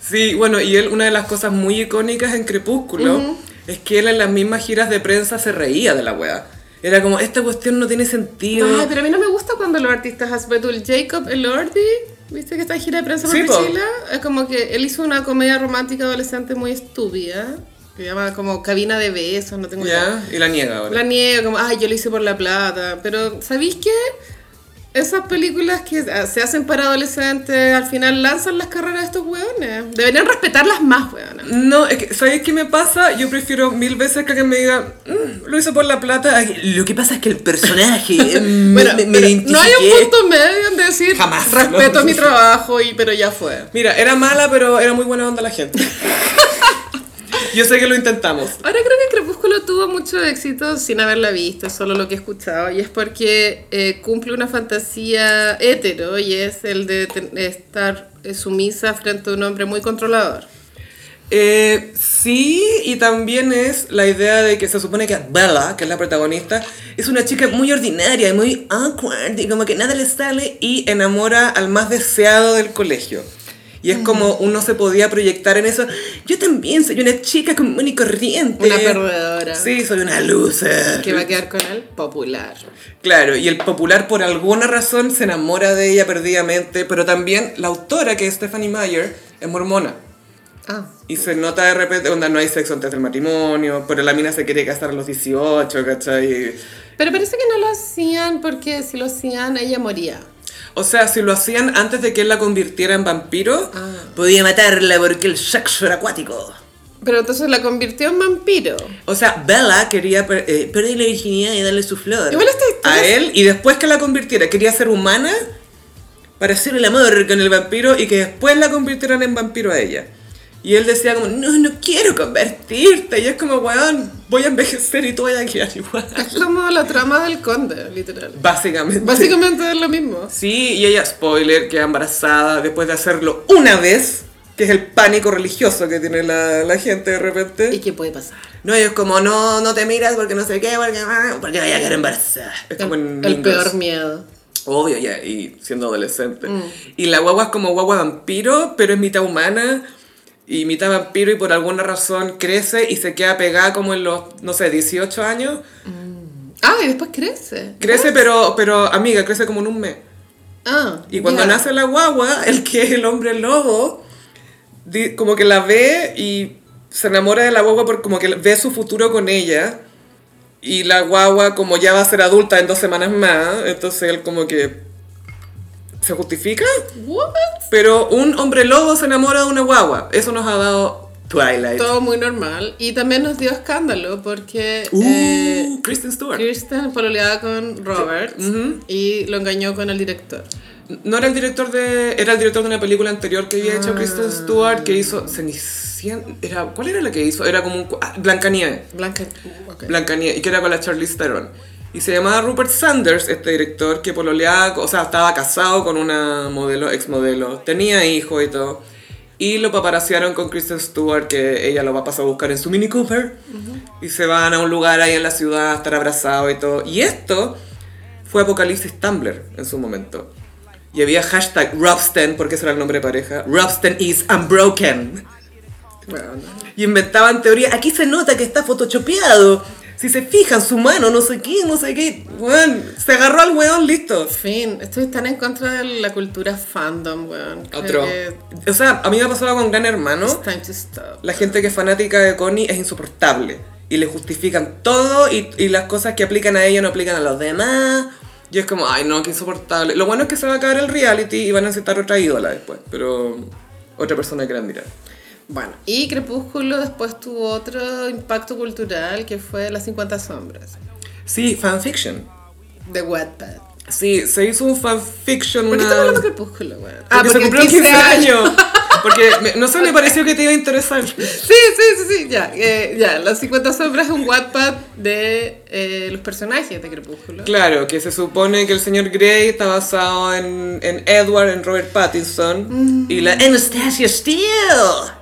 Sí, bueno, y él, una de las cosas muy icónicas en Crepúsculo es que él en las mismas giras de prensa se reía de la wea. Era como, esta cuestión no tiene sentido.
Ay, pero a mí no me gusta cuando los artistas Asbetul Jacob Elordi, ¿viste que está en gira de prensa por
Sí, po.
Priscila? Es como que él hizo una comedia romántica adolescente muy estúpida. Que se llama como Cabina de Besos, no tengo idea.
Ya, y la niega ahora.
La niega, como, ay, yo lo hice por la plata. Pero, ¿sabéis qué? Esas películas que ah, se hacen para adolescentes, al final lanzan las carreras de estos hueones. Deberían respetarlas más, hueones.
No, es que, ¿sabes qué me pasa? Yo prefiero mil veces que alguien me diga, "Mm, lo hizo por la plata. a que-
Lo que pasa es que el personaje eh, me,
Bueno,
me- me
pero no hay un
identifiqué.
punto medio en decir,
Jamás.
respeto
No.
mi trabajo, y, pero ya fue.
Mira, era mala, pero era muy buena onda la gente. Yo sé que lo intentamos.
Ahora creo que Crepúsculo tuvo mucho éxito sin haberla visto, solo lo que he escuchado, y es porque eh, cumple una fantasía hetero y es el de ten- estar eh, sumisa frente a un hombre muy controlador.
Eh, sí, y también es la idea de que se supone que Bella, que es la protagonista, es una chica muy ordinaria y muy awkward y como que nada le sale y enamora al más deseado del colegio. Y es como uno se podía proyectar en eso. Yo también soy una chica común y corriente.
Una perdedora.
Sí, soy una loser.
Que va a quedar con el popular.
Claro, y el popular por alguna razón se enamora de ella perdidamente, pero también la autora, que es Stephanie Meyer, es mormona.
Ah.
Y se nota de repente, onda, no hay sexo antes del matrimonio, pero la mina se quiere casar a los 18, ¿cachai?
Pero parece que no lo hacían porque si lo hacían ella moría.
O sea, si lo hacían antes de que él la convirtiera en vampiro,
Ah. Podía matarla porque el sexo era acuático.
Pero entonces la convirtió en vampiro.
o sea,
Bella quería per- eh, perder la virginidad y darle su flor.
Igual esta historia
a
es-
él, y después que la convirtiera, quería ser humana
Para hacer el amor
con el vampiro y que después la convirtieran en vampiro a ella. Y él decía como, no, no quiero convertirte. Y es como, weón, voy a envejecer y tú vas a quedar igual.
Es como la trama del conde, literal.
Básicamente.
Básicamente es lo mismo.
Sí, y ella, spoiler, queda embarazada después de hacerlo una vez, que es el pánico religioso que tiene la, la gente de repente.
¿Y qué puede pasar?
no, ellos como, no, no te miras porque no sé qué, porque...
porque vaya a quedar embarazada.
Es como en
El, el
Mean
peor
Girls.
miedo.
Obvio, ya, y siendo adolescente. Y la guagua es como guagua vampiro, pero es mitad humana y mitad vampiro y por alguna razón crece y se queda pegada como en los, no sé, 18 años.
Ah, y después crece.
Crece, pero, pero amiga, crece como en un mes.
Ah.
Y cuando
ya.
nace la guagua, el que es el hombre lobo, di- como que la ve y se enamora de la guagua porque como que ve su futuro con ella. Y la guagua como ya va a ser adulta en dos semanas más, entonces él como que se justifica.
What?
Pero un hombre lobo se enamora de una guagua. Eso nos ha dado Twilight.
Todo muy normal. Y también nos dio escándalo porque.
Uh,
eh,
Kristen Stewart.
Kristen pololeaba con Robert y lo engañó con el director.
No era el director de. Era el director de una película anterior que había hecho Kristen Stewart que hizo. Cenicienta. Era, ¿Cuál era la que hizo? Era como un. cu- ah, Blancanieves.
Blanca. ok.
Blancanieves. Y que era con la Charlize Theron. Y se llamaba Rupert Sanders, este director que pololeaba, o sea, estaba casado con una modelo, exmodelo. Tenía hijo y todo. Y lo paparaciaron con Kristen Stewart, que ella lo va a pasar a buscar en su Mini Cooper. Y se van a un lugar ahí en la ciudad a estar abrazados y todo. Y esto fue Apocalipsis Tumblr en su momento. Y había hashtag Robsten, porque ese era el nombre de pareja. Robsten is unbroken.
Bueno,
Y inventaban teoría. Aquí se nota que está photoshopeado. Si se fijan, su mano, no sé qué, no sé qué. Weón, se agarró al weón, listo.
en fin, estoy tan en contra de la cultura fandom, weón. Creo
Otro.
que
O sea, a mí me ha pasado con Gran Hermano.
It's time to stop.
La gente que es fanática de Connie es insoportable. Y le justifican todo y, y las cosas que aplican a ella no aplican a los demás. Y es como, ay no, qué insoportable. Lo bueno es que se va a acabar el reality y van a necesitar otra ídola después. Pero otra persona que admirar.
Bueno, y Crepúsculo después tuvo otro impacto cultural que fue Las 50 sombras.
Sí, fanfiction.
De Wattpad.
Sí, se hizo un fanfiction.
¿Por qué
una- Ah,
estamos hablando Ah, de Crepúsculo, weón?
porque se cumplieron 15, años. Porque me- no sé, me pareció que te iba a interesar.
Sí, sí, sí, sí, ya. eh, ya, Las 50 sombras es un Wattpad de eh, los personajes de Crepúsculo.
Claro, que se supone que el señor Grey está basado en, en Edward, en Robert Pattinson.
Mm.
Y la Anastasia Steele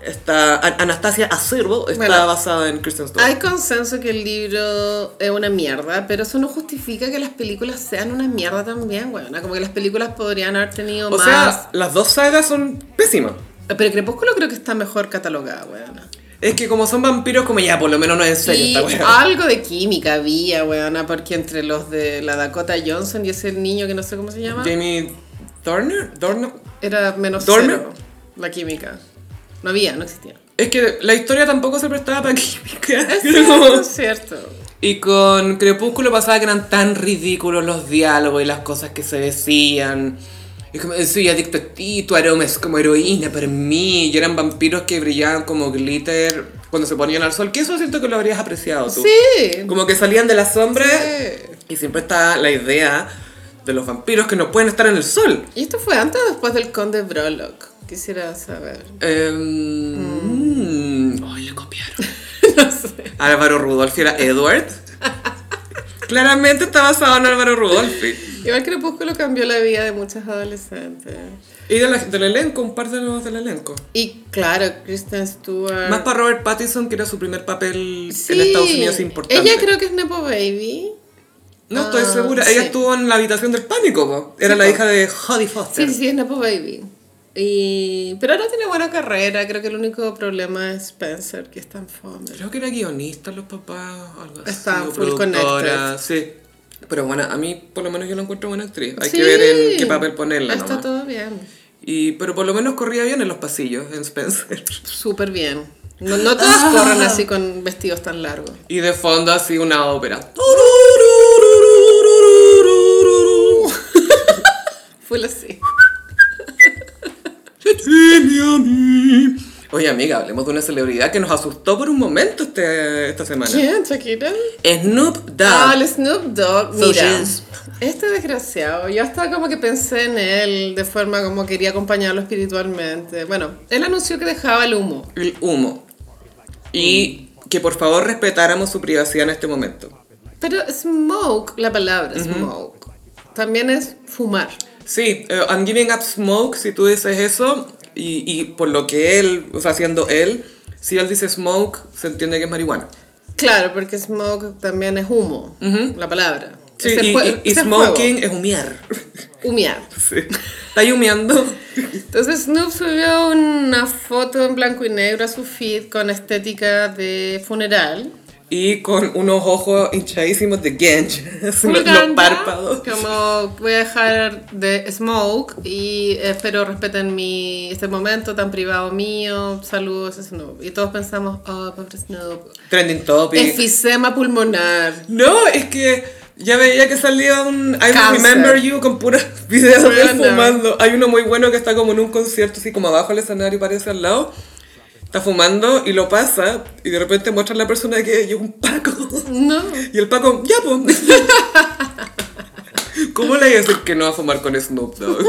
está. An- Anastasia Acerbo está
Bueno.
basada en Kristen Stewart.
Hay consenso que el libro es una mierda, pero eso no justifica que las películas sean una mierda también, weón. Como que las películas podrían haber tenido
o
más.
sea, las dos sagas son pésimas.
pero Crepúsculo creo que está mejor catalogada, weón.
Es que como son vampiros, como ya, por lo menos no es en serio
Y
esta weá.
algo de química había, weona, porque entre los de la Dakota Johnson y ese niño que no sé cómo se llama,
Jamie Turner? Dorner.
era menos
¿Dormer?
cero la química. No había, no existía.
Es que la historia tampoco se prestaba para química.
Es
Era como-
cierto, es cierto.
Y con Crepúsculo pasaba que eran tan ridículos los diálogos y las cosas que se decían. Es como, eh, soy adicto a ti, tu aroma es como heroína para mí. Y eran vampiros que brillaban como glitter cuando se ponían al sol. Que eso siento que lo habrías apreciado tú.
Sí.
Como que salían de la sombra
Sí.
y siempre está la idea de los vampiros que no pueden estar en el sol.
¿Y esto fue antes o después del Conde Brolock? Quisiera saber.
Eh, mm, Ay, le copiaron.
no sé.
Álvaro Rudolfi era Edward. Claramente está basado en Álvaro Rudolfi.
Igual Crepúsculo cambió la vida de muchas adolescentes.
Y de la- del elenco, un par de los del elenco.
Y claro, Kristen Stewart.
Ah. Más para Robert Pattinson, que era su primer papel
Sí.
en Estados Unidos importante.
Ella creo que es Nepo Baby.
No estoy
Ah,
segura.
sí.
Ella estuvo en la habitación del pánico, po. Era
Sí,
la
po.
hija de Jodie Foster.
Sí, sí, es Nepo Baby. Y... Pero ahora tiene buena carrera. Creo que el único problema es Spencer, que es tan fome.
Creo que era guionista, los papás, algo así,
Estaban
o
full
productora, Sí. Pero bueno, a mí por lo menos yo la encuentro buena actriz. Hay
Sí.
que ver en qué papel ponerla.
Está
nomás.
todo bien.
Y, pero por lo menos corría bien en los pasillos, en Spencer.
Súper bien. No, no todos
Ah.
corren así con vestidos tan largos.
Y de fondo así una ópera.
Fue así.
Oye, amiga, hablemos de una celebridad que nos asustó por un momento este, esta semana.
¿Quién, Shakira?
Snoop
Ah,
Dogg.
el Snoop Dogg,
So
mira.
yes.
Este desgraciado, yo hasta como que pensé en él de forma como quería acompañarlo espiritualmente. Bueno, él anunció que dejaba el humo.
El humo. Y que por favor respetáramos su privacidad en este momento.
Pero smoke, la palabra smoke, también es fumar.
Sí, eh, I'm giving up smoke, si tú dices eso, y, y por lo que él, o sea, siendo él, si él dice smoke, se entiende que es marihuana.
Claro, porque smoke también es humo, la palabra.
Sí,
Es el
y,
fue-
y- y
es el
smoking es humear.
fuego, Humear.
Sí. Está ahí humeando.
Entonces Snoop subió una foto en blanco y negro a su feed con estética de funeral.
Y con unos ojos hinchadísimos de Genj. Los, los
Pulgando,
párpados.
Como voy a dejar de smoke y espero respeten mi, este momento tan privado mío. Saludos, Snoop. Y todos pensamos, oh, pobre Snoop.
Trending topic.
Efisema pulmonar.
no, es que ya veía que salía un I Don't
Cáncer.
Remember You con puros videos de él
Random.
fumando. Hay uno muy bueno que está como en un concierto, así como abajo del escenario, parece al lado. Está fumando y lo pasa. Y de repente muestra a la persona que lleva un paco.
No.
Y el paco, ya pues. ¿Cómo le dices que no va a fumar con Snoop Dogg?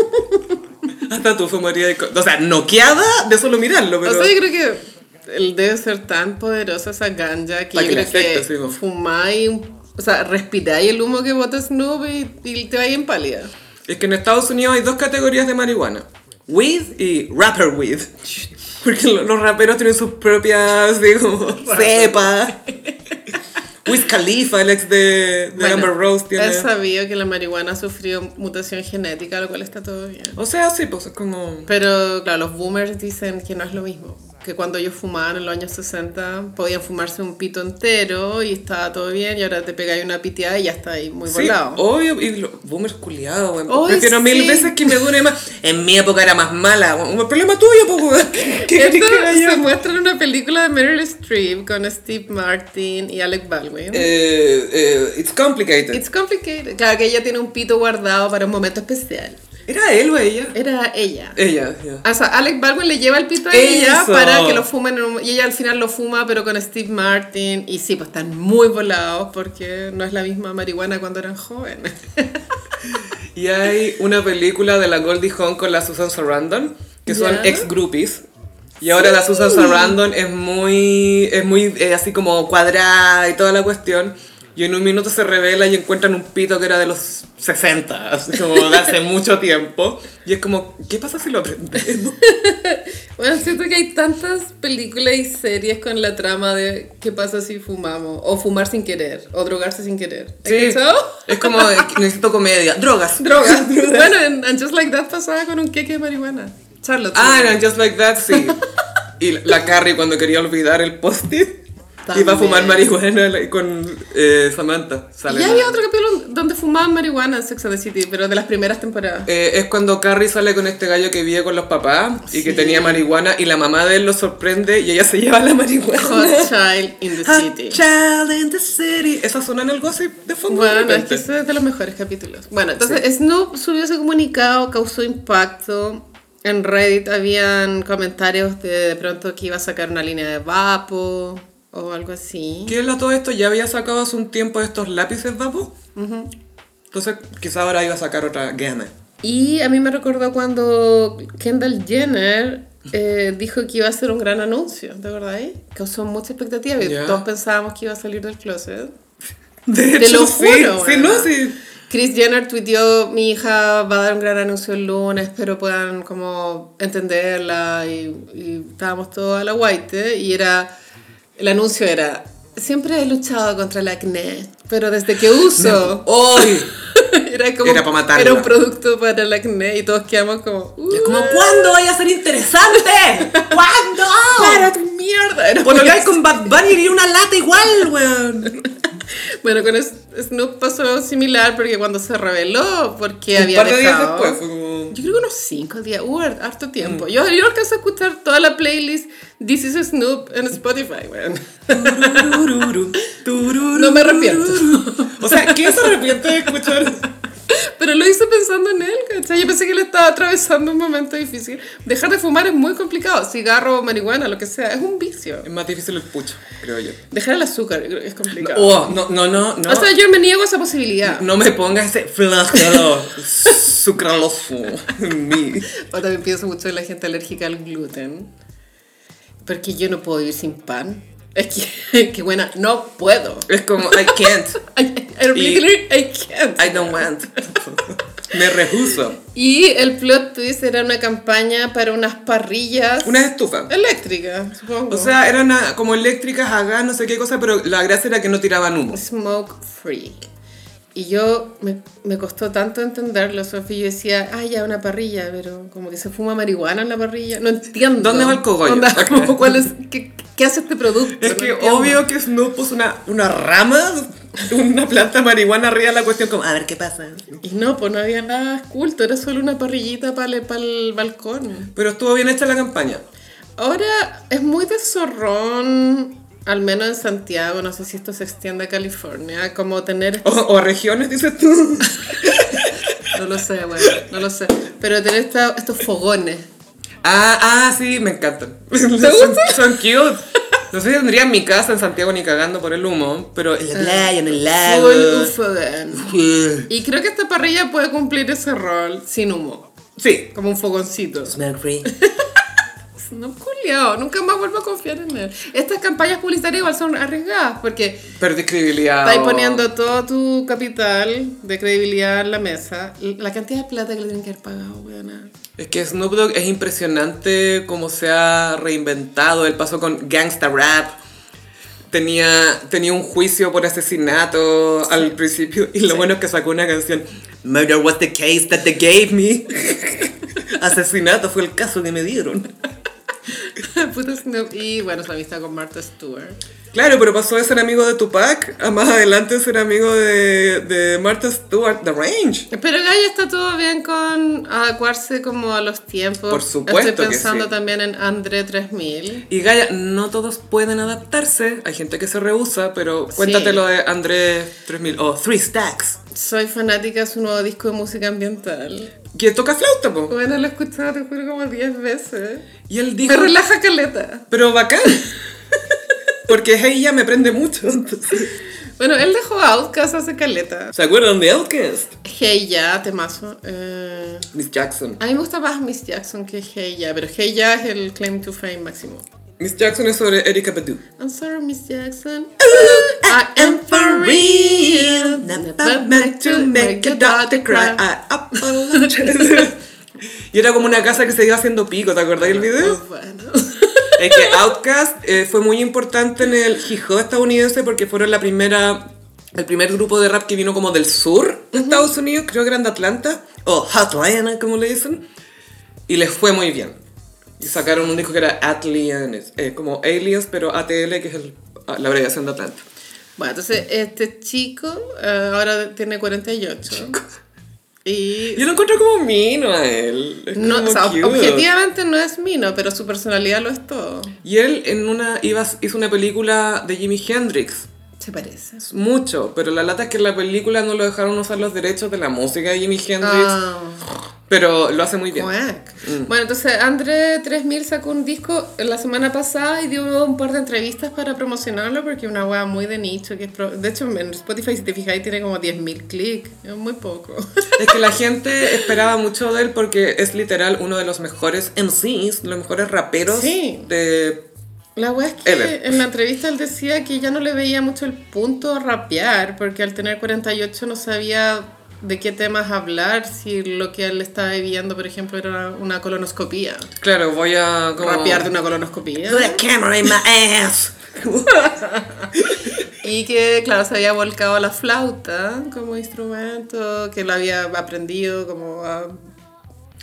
Hasta tú fumarías de co- O sea, noqueada de solo mirarlo, pero...
O sea, yo creo que él debe ser tan poderosa esa ganja que
Para
yo
que le
creo que
afecte, sí, vos.
fumáis un- O sea, respiráis el humo que bota Snoop y, y te vais en pálida.
Es que en Estados Unidos hay dos categorías de marihuana. Weed y rapper weed. Porque lo- los raperos tienen sus propias, así como, cepa. Wiz Khalifa, el ex de, de
Bueno,
Amber Rose, tiene...
Él sabía que la marihuana sufrió mutación genética, lo cual está todo bien.
O sea, sí, pues es como...
Pero claro, los boomers dicen que no es lo mismo. Que cuando ellos fumaban en los años 60 podían fumarse un pito entero y estaba todo bien y ahora te pegáis una piteada y ya está ahí muy
Sí, oh,
volado.
obvio, y lo, boomers culiados, weón.
Ay,
Prefiero mil
sí.
veces que me dure más. En mi época era más mala, weón. El problema tuyo, pues, weón. ¿Qué- qué
Esto
querés que haga yo?
se muestra en una película de Meryl Streep con Steve Martin y Alec
Eh,
Baldwin.
eh, it's complicated.
It's complicated. Claro que ella tiene un pito guardado para un momento especial.
¿Era él o ella?
Era ella.
Ella, ya.
O sea, Alec Baldwin le lleva el pito a ella
Eso.
para que lo fumen en un- y ella al final lo fuma, pero con Steve Martin. Y sí, pues están muy volados porque no es la misma marihuana cuando eran jóvenes.
Y hay una película de la Goldie Hawn con la Susan Sarandon, que son
Ya.
ex groupies. Y ahora la Susan Sarandon es muy, es muy eh, así como cuadrada y toda la cuestión. Y en un minuto se revela y encuentran un pito que era de los 60, así como de hace mucho tiempo. Y es como, ¿qué pasa si lo aprendemos?
Bueno, siento que hay tantas películas y series con la trama de qué pasa si fumamos, o fumar sin querer, o drogarse sin querer.
Sí.
¿Has cachado?
Es como, eh, necesito comedia. Drogas.
Droga. bueno, en And Just Like That pasaba con un queque de marihuana. Charlotte.
Ah, era Just Like That, sí. Y la- la Carrie cuando quería olvidar el post-it. Iba a
También.
fumar marihuana la- con eh, Samantha. Sale
Ya
la-
había otro capítulo donde fumaban marihuana en Sex and the City, pero de las primeras temporadas.
Eh, es cuando Carrie sale con este gallo que vive con los papás y que
Sí.
tenía marihuana y la mamá de él lo sorprende y ella se lleva la marihuana.
Hot Child in the
Hot
City.
Child in the City. Esa suena en el gossip de fondo. de
Bueno, es
repente.
que ese es de los mejores capítulos. Bueno, entonces Snoop subió ese comunicado, causó impacto. En Reddit habían comentarios de de pronto que iba a sacar una línea de vapo o algo así.
Que él a todo esto ya había sacado hace un tiempo estos lápices vapo. Entonces quizá ahora iba a sacar otra gana.
Y a mí me recordó cuando Kendall Jenner eh, dijo que iba a hacer un gran anuncio, ¿de verdad? Causó mucha expectativa y
Ya.
todos pensábamos que iba a salir del closet.
De
Te lo
sí,
juro,
sí,
weona.
no, sí.
Chris Jenner tuiteó, mi hija va a dar un gran anuncio el lunes, espero puedan como entenderla y, y estábamos todos a la guaite y era, el anuncio era, siempre he luchado contra el acné, pero desde que uso,
Hoy.
era como,
Era pa' matarla.
era un producto para el acné y todos quedamos como, "Uh,
Es como, ¿cuándo vaya a ser interesante? ¿Cuándo?
para tu mierda. Era
Cuando
muy
hay con Bad Bunny y una lata igual, weón.
Bueno, con S- Snoop pasó similar porque cuando se reveló, porque
Un
había
par de días
dejado.
después, fue como-
Yo creo que unos 5 días, uh, har- harto tiempo. Yo, yo alcancé a escuchar toda la playlist This is Snoop en Spotify, weón.
Turururu, turururu.
No me arrepiento.
O sea, ¿quién se arrepiente de escuchar?
Pero lo hice pensando en él, ¿cachai? Yo pensé que él estaba atravesando un momento difícil. Dejar de fumar es muy complicado, cigarro, marihuana, lo que sea, es un vicio.
Es más difícil el pucho, creo yo.
Dejar el azúcar creo que es complicado.
Oh, no, no, no, no.
O sea, yo me niego a esa posibilidad.
no me pongas ese flagelo sucraloso en mí.
O también pienso mucho en la gente alérgica al gluten. Porque yo no puedo vivir sin pan. Es que, qué buena, no puedo.
Es como, I can't,
I, I really, I can't.
I don't want. Me rehuso.
Y el plot twist era una campaña para unas parrillas
Una estufa.
eléctricas, supongo.
O sea, eran ah, como eléctricas, a gas, no sé qué cosa, pero la gracia era que no tiraban humo.
smoke free. Y yo me, me costó tanto entenderlo, Sofía. Yo decía, ah, ya, una parrilla, pero como que se fuma marihuana en la parrilla. No entiendo.
¿Dónde va el cogollo?
Onda,
Ok.
como, ¿cuál es, qué, qué hace este producto?
Es
No
que
entiendo.
obvio que Snoop puso una, una rama, una planta de marihuana arriba de la cuestión, como, a ver qué pasa.
Y no, pues no había nada culto, era solo una parrillita para el, balcón.
Pero estuvo bien hecha la campaña.
Ahora es muy de zorrón, al menos en Santiago, no sé si esto se extiende a California, como tener
O, o a regiones, dices tú.
este, No lo sé, bueno, no lo sé. Pero tener esta- estos fogones.
Ah, ah, sí, me encantan. Son,
gusta?
son cute. No sé si tendría en mi casa en Santiago ni cagando por el humo, pero en la playa, en el
Fogón, un
lago.
fogón. Y creo que esta parrilla puede cumplir ese rol sin humo,
Sí.
como un fogoncito.
Smoke free.
ex, no culiao, nunca más vuelvo a confiar en él. Estas campañas publicitarias igual son arriesgadas porque
Perdí credibilidad.
estáis
o-
poniendo todo tu capital de credibilidad en la mesa. y La cantidad de plata que le tienen que haber pagado, weona.
Es que Snoop Dogg es impresionante cómo se ha reinventado. Él pasó con Gangsta Rap. Tenía, tenía un juicio por asesinato al principio. Y lo bueno es que sacó una canción. Murder was the case that they gave me. asesinato fue el caso que me dieron.
Puta Snoop. Y bueno, su amistad con Martha Stewart.
Claro, pero pasó de ser amigo de Tupac a más adelante ser amigo de, de Martha Stewart, The Range.
Pero Gaia está todo bien con adecuarse como a los tiempos.
Por supuesto
Estoy
que
pensando
sí.
también en André 3000.
Y Gaia, no todos pueden adaptarse. Hay gente que se rehúsa, pero cuéntate lo de Andrés 3000 o Three Stacks.
Soy fanática de su nuevo disco de música ambiental.
Que toca flauta, po.
Bueno, lo he escuchado, te juro, como 10 veces.
Y él dijo,
Me relaja caleta.
pero bacán. Porque Hey ya me prende mucho. entonces.
Bueno, él dejó Outcast hace caleta.
¿Se acuerdan de Outcast?
Hey Ya, temazo. Eh,
Miss Jackson.
a mí me gusta más Miss Jackson que Hey Ya, pero Hey Ya es el claim to fame máximo.
Miss Jackson es sobre Erika Badu.
I'm sorry, Miss Jackson. I am for real. Never meant to make your daughter cry. Ah.
I apologize. Y era como una casa que se iba haciendo pico, ¿te acordás del video?
Oh, Bueno.
Es que Outcast eh, fue muy importante en el hip hop estadounidense porque fueron la primera, el primer grupo de rap que vino como del sur de Estados Unidos, creo que eran de Atlanta, o Atlanta como le dicen, y les fue muy bien. Y sacaron un disco que era Atlians, eh, como Aliens, pero ATL, que es el- ah, la abreviación de Atlanta.
Bueno, entonces este chico eh, ahora tiene 48. Y
Yo lo encuentro como mino a él. es
no,
como
o sea,
cute.
objetivamente no es mino, pero su personalidad lo es todo.
Y él en una, iba, hizo una película de Jimi Hendrix.
Se parece.
mucho, pero la lata es que en la película no lo dejaron usar los derechos de la música de Jimi Hendrix,
Ah,
pero lo hace muy bien.
cuac. Bueno, entonces André 3000 sacó un disco la semana pasada y dio un par de entrevistas para promocionarlo porque es una wea muy de nicho. Que es pro- de hecho, en Spotify, si te fijáis, tiene como 10.000 clics. Es muy poco.
Es que la gente esperaba mucho de él porque es literal uno de los mejores MCs, los mejores raperos
Sí.
de...
La wea es que
Ever.
en la entrevista él decía que ya no le veía mucho el punto a rapear, porque al tener 48 no sabía de qué temas hablar, si lo que él estaba viviendo, por ejemplo, era una colonoscopía.
Claro, voy a... como-
Rapear de una colonoscopía.
Put a camera in my ass.
Y que, claro, se había volcado a la flauta como instrumento, que lo había aprendido como ah, a...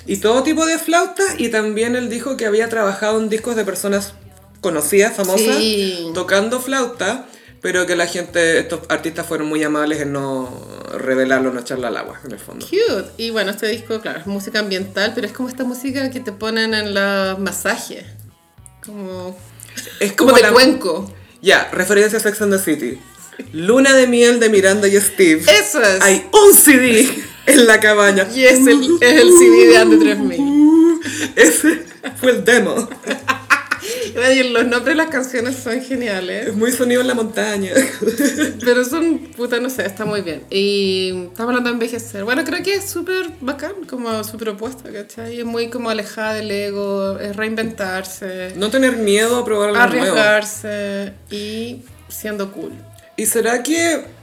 Y todo tipo de flautas y también él dijo que había trabajado en discos de personas conocidas, famosas,
Sí.
tocando flauta, pero que la gente, estos artistas fueron muy amables en no revelarlo, no echarla al agua, en el fondo.
Cute. Y bueno, este disco, claro, es música ambiental, pero es como esta música que te ponen en los masajes. Como...
Es
Como de
la-
cuenco.
Ya, referencia a Sex and the City. Luna de miel de Miranda y Steve.
Eso es.
Hay un CD en la cabaña.
Y es el, es el CD de Andy 3000.
Ese fue el demo.
Bueno, y Los nombres de las canciones son geniales,
Es muy sonido en la montaña.
pero son, puta, no sé, está muy bien. Y estamos hablando de envejecer. Bueno, creo que es súper bacán como su propuesta, ¿cachai? Es muy como alejada del ego, es reinventarse,
No tener miedo a probar algo nuevo.
arriesgarse y siendo cool.
¿Y será que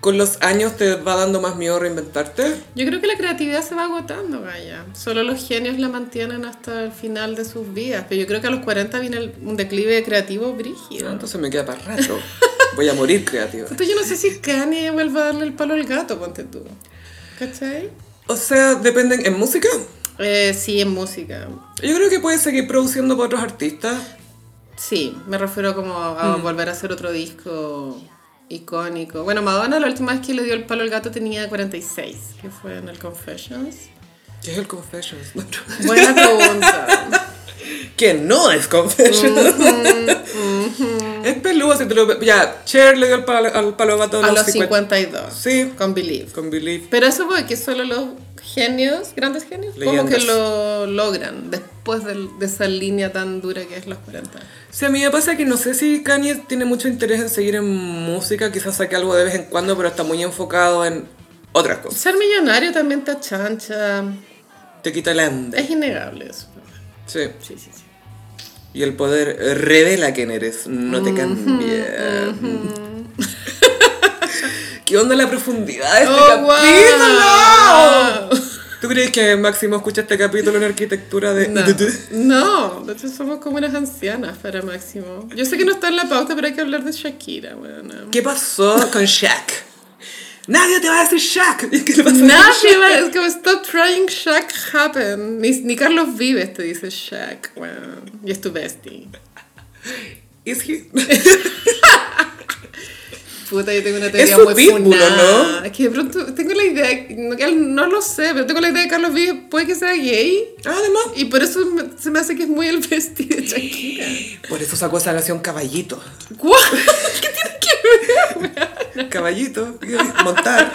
con los años te va dando más miedo reinventarte?
Yo creo que la creatividad se va agotando, vaya. Solo los genios la mantienen hasta el final de sus vidas. Pero yo creo que a los 40 viene el- un declive creativo brígido.
No, entonces me queda para rato. Voy a morir creativa.
Entonces yo no sé si Kanye vuelva a darle el palo al gato, ponte tú. ¿Cachai?
O sea, dependen. ¿En música?
Eh, sí, en música.
Yo creo que puedes seguir produciendo para otros artistas.
Sí, me refiero como
Mm.
a volver a hacer otro disco icónico. Bueno, Madonna la última vez que le dio el palo al gato tenía 46, que fue en el Confessions.
¿Qué es el Confessions?
Buena pregunta.
que no es Confessions.
Mm-hmm,
Es peludo si te lo... Ya, Cher le dio el palo al palo gato
a los
cincuenta-
52.
Sí.
Con Believe.
Con Believe.
Pero eso fue que solo los genios, grandes genios, como que
Leyendas.
lo logran después del- de esa línea tan dura que es los 40.
Sí, a mí me pasa que no sé si Kanye tiene mucho interés en seguir en música. Quizás saque algo de vez en cuando, pero está muy enfocado en otras cosas.
Ser millonario también te chancha.
Te quita el ande.
Es innegable eso.
Sí.
Sí, sí, sí.
Y el poder revela quién eres, no
Mm-hmm,
te cambia. ¿Qué onda la profundidad de este
¡Oh,
capítulo?
guau!
¿Tú crees que Máximo escucha este capítulo en arquitectura de...
No. no, de hecho somos como unas ancianas para Máximo. Yo sé que no está en la pauta, pero hay que hablar de Shakira, weona.
¿Qué pasó con Shaq? Nadie te va a decir Shaq. ¿Y qué le pasó?
Nadie va, es como stop trying Shaq happen. Ni, ni Carlos Vives te dice Shaq, weón. Y es tu bestie.
Is he-
Puta, yo tengo una teoría
su
muy
pitbull, ¿o
funada. Es que de pronto tengo la idea, no, que- no lo sé, pero tengo la idea de Carlos Vives puede que sea gay.
Además,
Y por eso me- se me hace que es muy el bestie de Shakira.
por eso sacó esa canción Caballito.
¿What? ¿Qué tiene que ver?
Caballito, montar.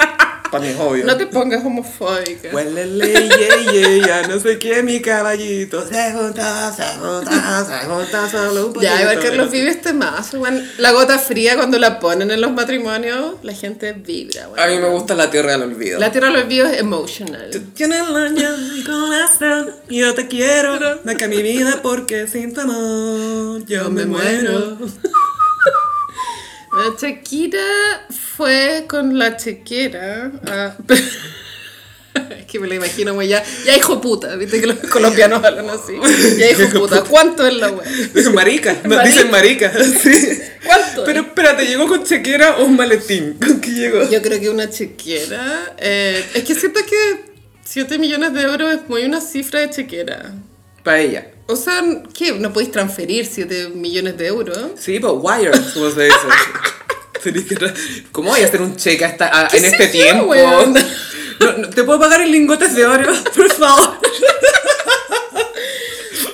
Para mí es obvio.
No te pongas homofóbica.
Huélele, ye, ye, ya no sé qué, mi caballito. Se junta, se junta, se junta solo un
ya, igual
poquito.
Carlos vive este mazo, weón. La gota fría cuando la ponen en los matrimonios, la gente vibra, weón.
A mí me gusta la tierra del olvido.
La tierra de los vivos es emotional.
Tienes la llave de mi corazón, yo te quiero. Marca mi vida porque sin tu amor yo me muero.
Bueno, Shakira fue con la chequera a- Es que me la imagino como ya, ya hijo puta, viste que los colombianos hablan así. Ya hijo puta, ¿cuánto es la weá?
Marica, nos dicen marica. Sí.
¿Cuánto?
Pero espérate, ¿llegó con chequera o un maletín? ¿Con qué llegó?
Yo creo que una chequera. eh, es que siento que 7 millones de euros es muy una cifra de chequera.
Para ella.
O sea, ¿qué? ¿No podéis transferir 7 millones de euros?
Sí, pues wire, como se dice. Tenés que tra- ¿Cómo voy a hacer un cheque hasta, a-
¿Qué
en
sé
este
yo,
tiempo?
weón?
No, no, ¿Te puedo pagar en lingotes de oro? Por favor.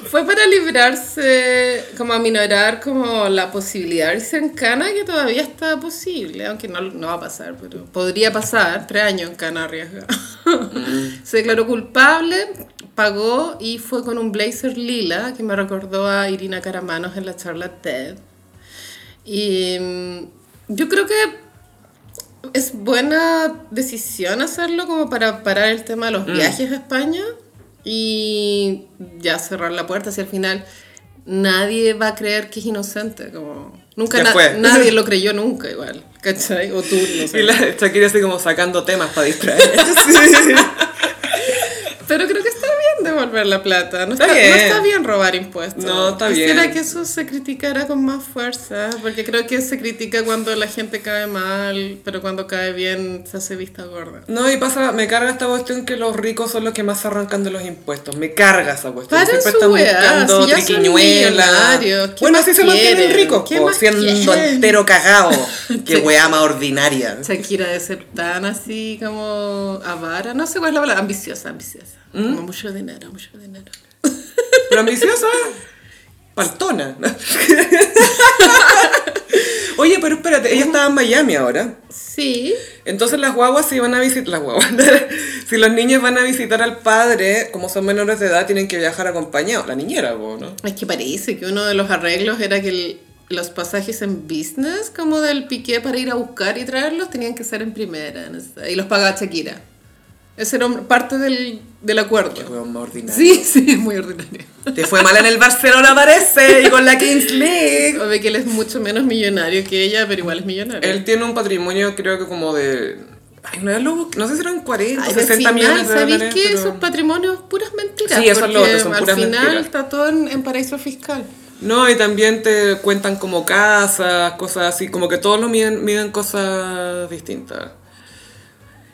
Fue para librarse, como aminorar como la posibilidad de irse en Cana, que todavía está posible, aunque no, no va a pasar, pero podría pasar, tres años en Cana arriesgado. Se declaró culpable, pagó y fue con un blazer lila, que me recordó a Irina Caramanos en la charla TED. Y mm, yo creo que es buena decisión hacerlo como para parar el tema de
Mm.
los viajes a España y ya cerrar la puerta si al final nadie va a creer que es inocente como nunca
Ya
na-
fue.
nadie lo creyó nunca igual ¿cachai? o tú no sé
Y la Shakira así como sacando temas para distraer.
pero creo que está bien devolver la plata no
Está
está, no
bien.
está bien robar impuestos
No, está
quisiera
bien.
que eso se criticara con más fuerza porque creo que se critica cuando la gente cae mal pero cuando cae bien se hace vista gorda
No, y pasa, me carga esta cuestión que los ricos son los que más se arrancan de los impuestos. Me carga esa cuestión.
Para
Siempre
su
están
weá,
buscando
si ya son
triquiñuelas.
millonarios, ¿qué
Bueno,
más
así se mantienen
quieren?
ricos,
¿Qué
po,
más
siendo
quieren?
entero cagao. Qué weá más ordinaria.
Shakira de ser tan así como avara, no sé cuál es la palabra, ambiciosa, ambiciosa.
¿Mm?
Como mucho dinero, mucho dinero.
Pero ambiciosa, paltona. Oye, pero espérate, ella estaba en Miami ahora.
Sí,
Entonces las guaguas si van a visitar las guaguas. si los niños van a visitar al padre, como son menores de edad, tienen que viajar acompañados. La niñera, po, ¿no?
es que parece que uno de los arreglos era que el- los pasajes en business, como del piqué para ir a buscar y traerlos, tenían que ser en primera, no sé, y los pagaba Shakira. Ese era un- parte del, del acuerdo.
Weón más ordinario.
Sí, sí, es muy ordinario.
Te fue mal en el Barcelona, parece, y con la Kings League.
Obvio que él es mucho menos millonario que ella, pero igual es millonario.
Él tiene un patrimonio, creo que como de. Ay, una vez lo busqué, No sé si eran 40 o
Ay,
60
al final,
millones de
¿sabéis
dólares.
que
pero-
esos patrimonios puras mentiras?
Sí, eso es lo
porque
otro, son puras
Al final
mentiras.
está todo en, en paraíso fiscal.
No, y también te cuentan como casas, cosas así, como que todos lo miden, miden cosas distintas.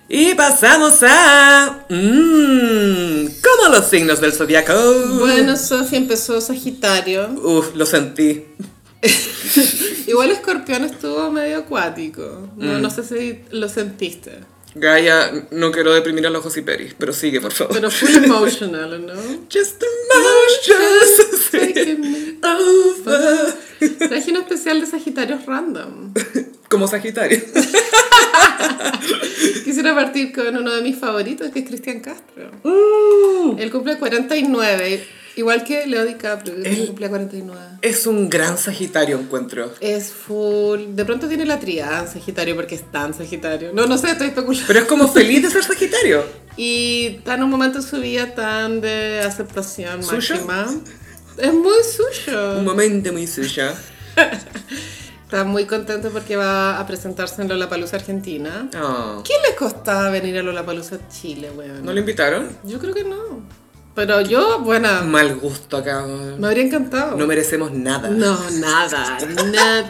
Y pasamos a... Mmm, como los signos del zodiaco.
Bueno, Sofía empezó Sagitario.
Uf, lo sentí.
Igual Escorpión estuvo medio acuático.
Mm.
No, no sé si lo sentiste.
Gaia, no quiero deprimir a los Josiperis, pero sigue, por favor.
Pero full emotional, ¿o ¿no?
Just emotions
Taking me
over.
Traje un especial de Sagitarios random.
Como Sagitario.
Quisiera partir con uno de mis favoritos, que es Cristian Castro.
Mm,
Él cumple 49, igual que Leo DiCaprio, que
Él-
cumple 49.
Es un gran Sagitario encuentro.
Es full. De pronto tiene la triada en Sagitario porque es tan Sagitario. No, no sé, estoy especulando.
Pero es como feliz de ser Sagitario.
Y está en un momento de su vida tan de aceptación
¿Suyo?
máxima. Es muy suyo.
Un momento muy suyo.
Está muy contento porque va a presentarse en Lollapalooza Argentina.
Oh.
¿Quién les costaba venir a Lollapalooza Chile, weón?
¿No lo invitaron?
Yo creo que no. Pero yo, buena,
Mal gusto acá. weón.
me habría encantado.
No merecemos nada.
No, nada, nada.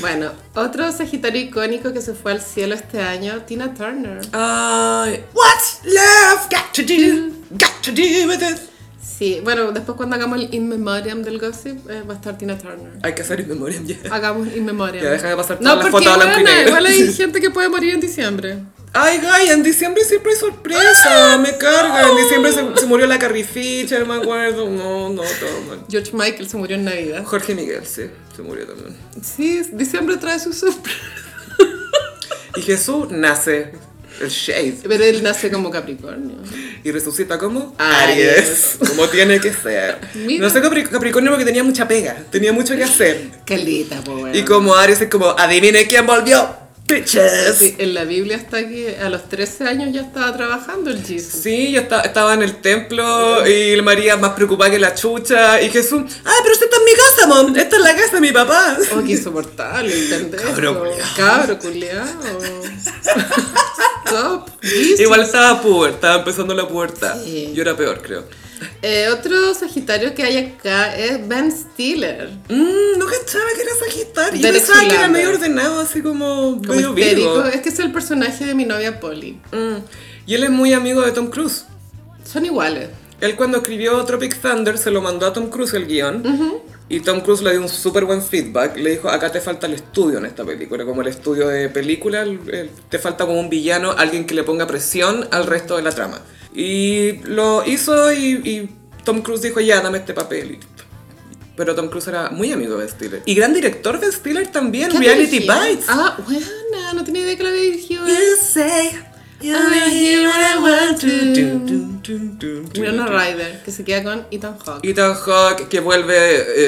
bueno, otro Sagitario icónico que se fue al cielo este año, Tina Turner.
Ay, what's love got to do? Got to do with it.
Sí, bueno, después cuando hagamos el In Memoriam del Gossip, eh, va a estar Tina Turner.
Hay que hacer en memoria ya.
Hagamos In Memoriam.
Ya, deja de pasar todas
No,
las fotos
porque
a blanco y
bueno,
negro.
igual hay gente que puede morir en diciembre.
Ay, gay, en diciembre siempre hay sorpresa. Me carga. En diciembre se, se murió la Carrie Fisher, me acuerdo. No, no, todo mal.
George Michael se murió en Navidad.
Jorge Miguel, sí, se murió también.
Sí, diciembre trae sus sorpresas.
Y Jesús nace, el Shade,
Pero él nace como Capricornio.
y resucita como
Aries.
Aries, como tiene que ser.
Mira.
No sé Capri- Capricornio porque tenía mucha pega, tenía mucho que hacer.
Calita, po, weón.
Y como Aries es como, adivine quién volvió, bitches.
Sí,
Sí,
en la Biblia está que a los 13 años ya estaba trabajando el Jesus.
yo esta- estaba en el templo y María más preocupada que la chucha. Y Jesús, ay, pero esta es mi casa, mom. Esta es la casa de mi papá.
Oh, qué insoportable, ¿entendés?
Cabro
Oh,
culiao.
Cabro culiao. Stop. Jesus.
Igual estaba puber, estaba empezando la pubertad.
Sí.
Yo era peor, creo.
Eh, otro Sagitario que hay acá es Ben Stiller.
Mm, no cachaba que era Sagitario. Yo
Derek
pensaba que era
Zoolander.
medio ordenado, así como,
Como
medio
histérico.
Virgo.
Es que es el personaje de mi novia Polly.
Mm, Y él es muy amigo de Tom Cruise.
Son iguales.
Él cuando escribió Tropic Thunder se lo mandó a Tom Cruise el guión. Y Tom Cruise le dio un súper buen feedback. Le dijo, acá te falta el estudio en esta película. Como el estudio de película, el- el- te falta como un villano, alguien que le ponga presión al resto de la trama. Y lo hizo y, y Tom Cruise dijo, ya, dame este papel. y- Pero Tom Cruise era muy amigo de Ben Stiller. Y gran director de Stiller también,
¿Qué
Reality
dirigió?
Bites.
Ah, buena, no tenía idea que lo había dirigido. él.
say
wanna hear what I want to. Winona
Winona
Ryder, que se queda con Ethan Hawke.
Ethan Hawke que vuelve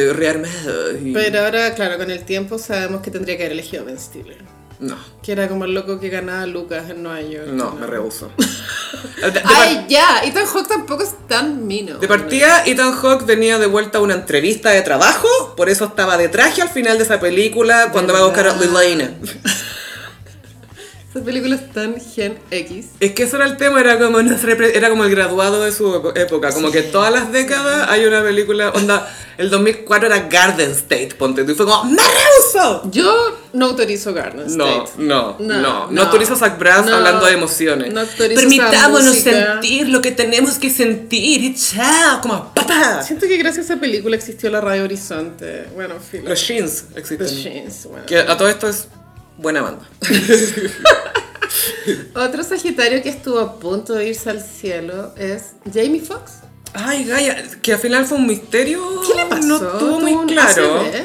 eh, rearmado. y-
Pero ahora, claro, con el tiempo sabemos que tendría que haber elegido a Ben Stiller.
No,
Que era como el loco que ganaba Lucas en Nueva York.
no, me rehuso. De, de par-
Ay, ya, Ethan Hawke tampoco es tan mino.
de partida, Ethan Hawke venía de vuelta a una entrevista de trabajo, por eso estaba de traje al final de esa película cuando va a buscar a Lilane.
Esa película es tan Gen X.
Es que ese era el tema, era como, nuestra pre- era como el graduado de su epo- época, como que todas las décadas hay una película, onda, el 2004 era Garden State, ponte tú, y fue como, ¡me rehuso!
Yo no autorizo Garden
No,
State.
no,
No,
no, no.
no.
autorizo a Zach Braff
No.
hablando de emociones.
No autorizo esa
Permitámonos
música.
sentir lo que tenemos que sentir y chao, como papá.
Siento que gracias a esa película existió la Radio Horizonte. Bueno, filo.
Los Shins existen.
Los Shins, bueno.
Que a todo esto es buena banda.
Otro Sagitario que estuvo a punto de irse al cielo es Jamie Foxx.
Ay, Gaia, que al final fue un misterio.
¿Qué le pasó?
No estuvo
un
muy ¿eh? claro.
ACV?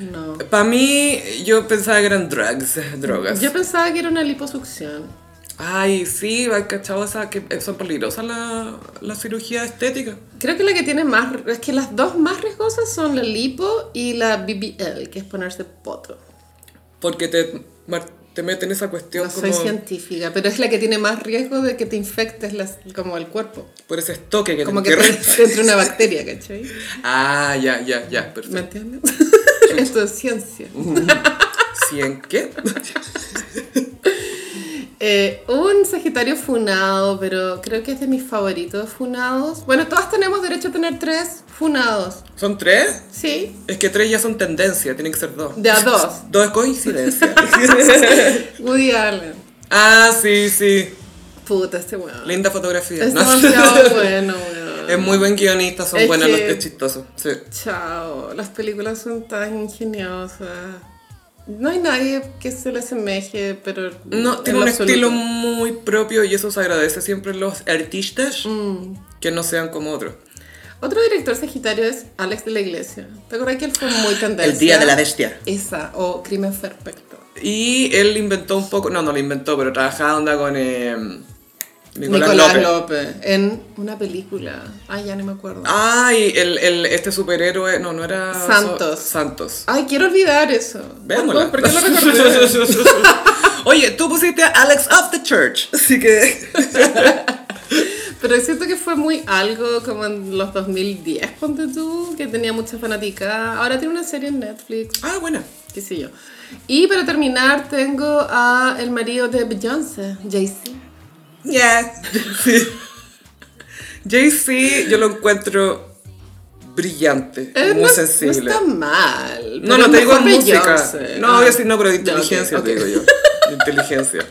No.
Para mí, yo pensaba que eran drugs, drogas.
Yo pensaba que era una liposucción.
Ay, sí, va cachado esa que son peligrosas las la cirugía estética.
Creo que la que tiene más, es que las dos más riesgosas son la lipo y la BBL, que es ponerse poto.
Porque te, mar- te meten esa
No
cuestión
soy
como
científica, pero es la que tiene más riesgo de que te infectes las, como el cuerpo.
por ese estoque que
Como
te
que te,
entierran.
te entre una bacteria, ¿cachai?
Ah, ya, ya, ya,
¿Me
perfecto.
entiendes? Esto es ciencia.
¿Cien qué?
Eh, un Sagitario funado, pero creo que es de mis favoritos funados. Bueno, todas tenemos derecho a tener tres funados,
¿Son tres?
¿sí?
Es que tres ya son tendencia, tienen que ser dos.
De a dos.
Dos es coincidencia.
Woody Allen.
ah, sí, sí.
Puta, este weón.
Linda fotografía.
Es
¿no?
demasiado bueno, weón.
Es muy buen guionista, son
Es
buenas,
que-
los- es chistoso. Sí.
Chao, las películas son tan ingeniosas. No hay nadie que se le asemeje, pero...
No,
en
tiene
lo
un
absoluto.
estilo muy propio y eso se agradece siempre en los artistas
Mm.
que no sean como otros.
Otro director sagitario es Alex de la Iglesia. ¿Te acuerdas que él fue muy tendencia?
bestia.
Esa, o Crimen Perfecto.
Y él inventó un poco, no, no lo inventó, pero trabajaba onda con eh, Nicolás,
Nicolás,
López.
López. En una película. Ay, ya no me acuerdo.
Ah. Ay, el, el, este superhéroe, no, no era...
Santos.
Santos.
Ay, quiero olvidar eso.
Veámosla.
¿Por qué lo recordé?
Oye, tú pusiste a Alex of the Church, así que...
Pero siento que fue muy algo como en los 2010, ponte tú, que tenía mucha fanática. Ahora tiene una serie en Netflix,
Ah, bueno.
qué sé yo. Y para terminar tengo a el marido de Beyoncé, Jay-Z.
Yeah. Sí. Jay-Z, yo lo encuentro brillante,
Eh,
muy
no,
sensible.
No está mal.
No,
pero
no, te
es
digo en
mejor
música.
Beyoncé.
No,
Ah.
yo sí, no, pero de
Ya, ok,
inteligencia,
ok.
te digo yo. De inteligencia.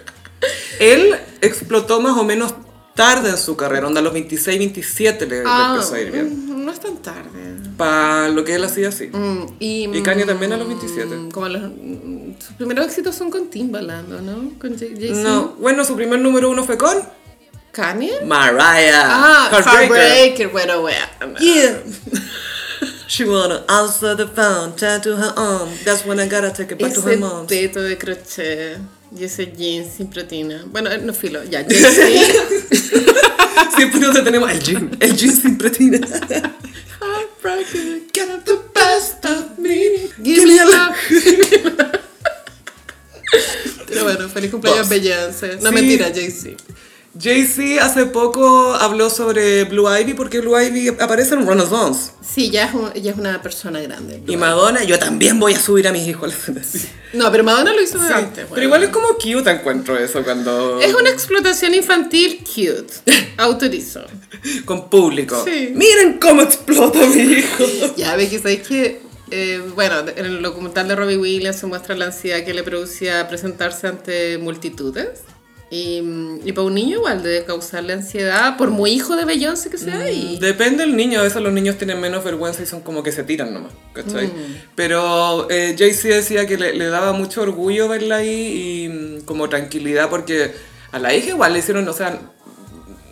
Él explotó más o menos tarde en su carrera, onda a los 26, 27 le, le
Ah,
empezó a ir bien.
mm, No es tan tarde.
Para lo que él hacía, sí.
Mm, y,
Y Kanye también a los
mm,
27.
Como los, mm, sus primeros éxitos son con Timbaland, ¿o ¿no? Con Jay- Jay-Z.
No, bueno, su primer número uno fue con
¿Kanye?
Mariah.
Ah,
Heartbreaker.
Heartbreaker, bueno, wea.
Yeah. She wanna answer the phone, tattoo her arm. That's when I gotta take it back to her
Ese
mom.
teto de crochet y ese jean sin proteína. Bueno, eh, no filo, ya, Jay-Z.
Siempre nos tenemos el jean, el jean sin proteína.
Heartbreaker.
Get the best of me.
Give me love. Pero bueno, feliz cumpleaños, Beyoncé. No
Sí.
mentira, Jay-Z.
Jay-Z hace poco habló sobre Blue Ivy porque Blue Ivy aparece en Renaissance.
Sí, ya es, un- ya es una persona grande.
Y Madonna, yo también voy a subir a mis hijos a la escena.
No, pero Madonna lo hizo de antes.
Pero
bueno.
igual es como cute encuentro eso cuando...
Es una explotación infantil cute. Autorizo.
Con público.
Sí.
Miren cómo explota mi hijo.
Ya, ve que sabéis que, eh, bueno, en el documental de Robbie Williams se muestra la ansiedad que le producía presentarse ante multitudes. Y, mm, y para un niño igual debe causarle ansiedad, por muy hijo de Beyoncé que sea. y-
Depende del niño, a veces los niños tienen menos vergüenza y son como que se tiran nomás, ¿cachai?
Mm.
Pero eh, Jay-Z decía que le, le daba mucho orgullo verla ahí y mm, como tranquilidad porque a la hija igual le hicieron, o sea,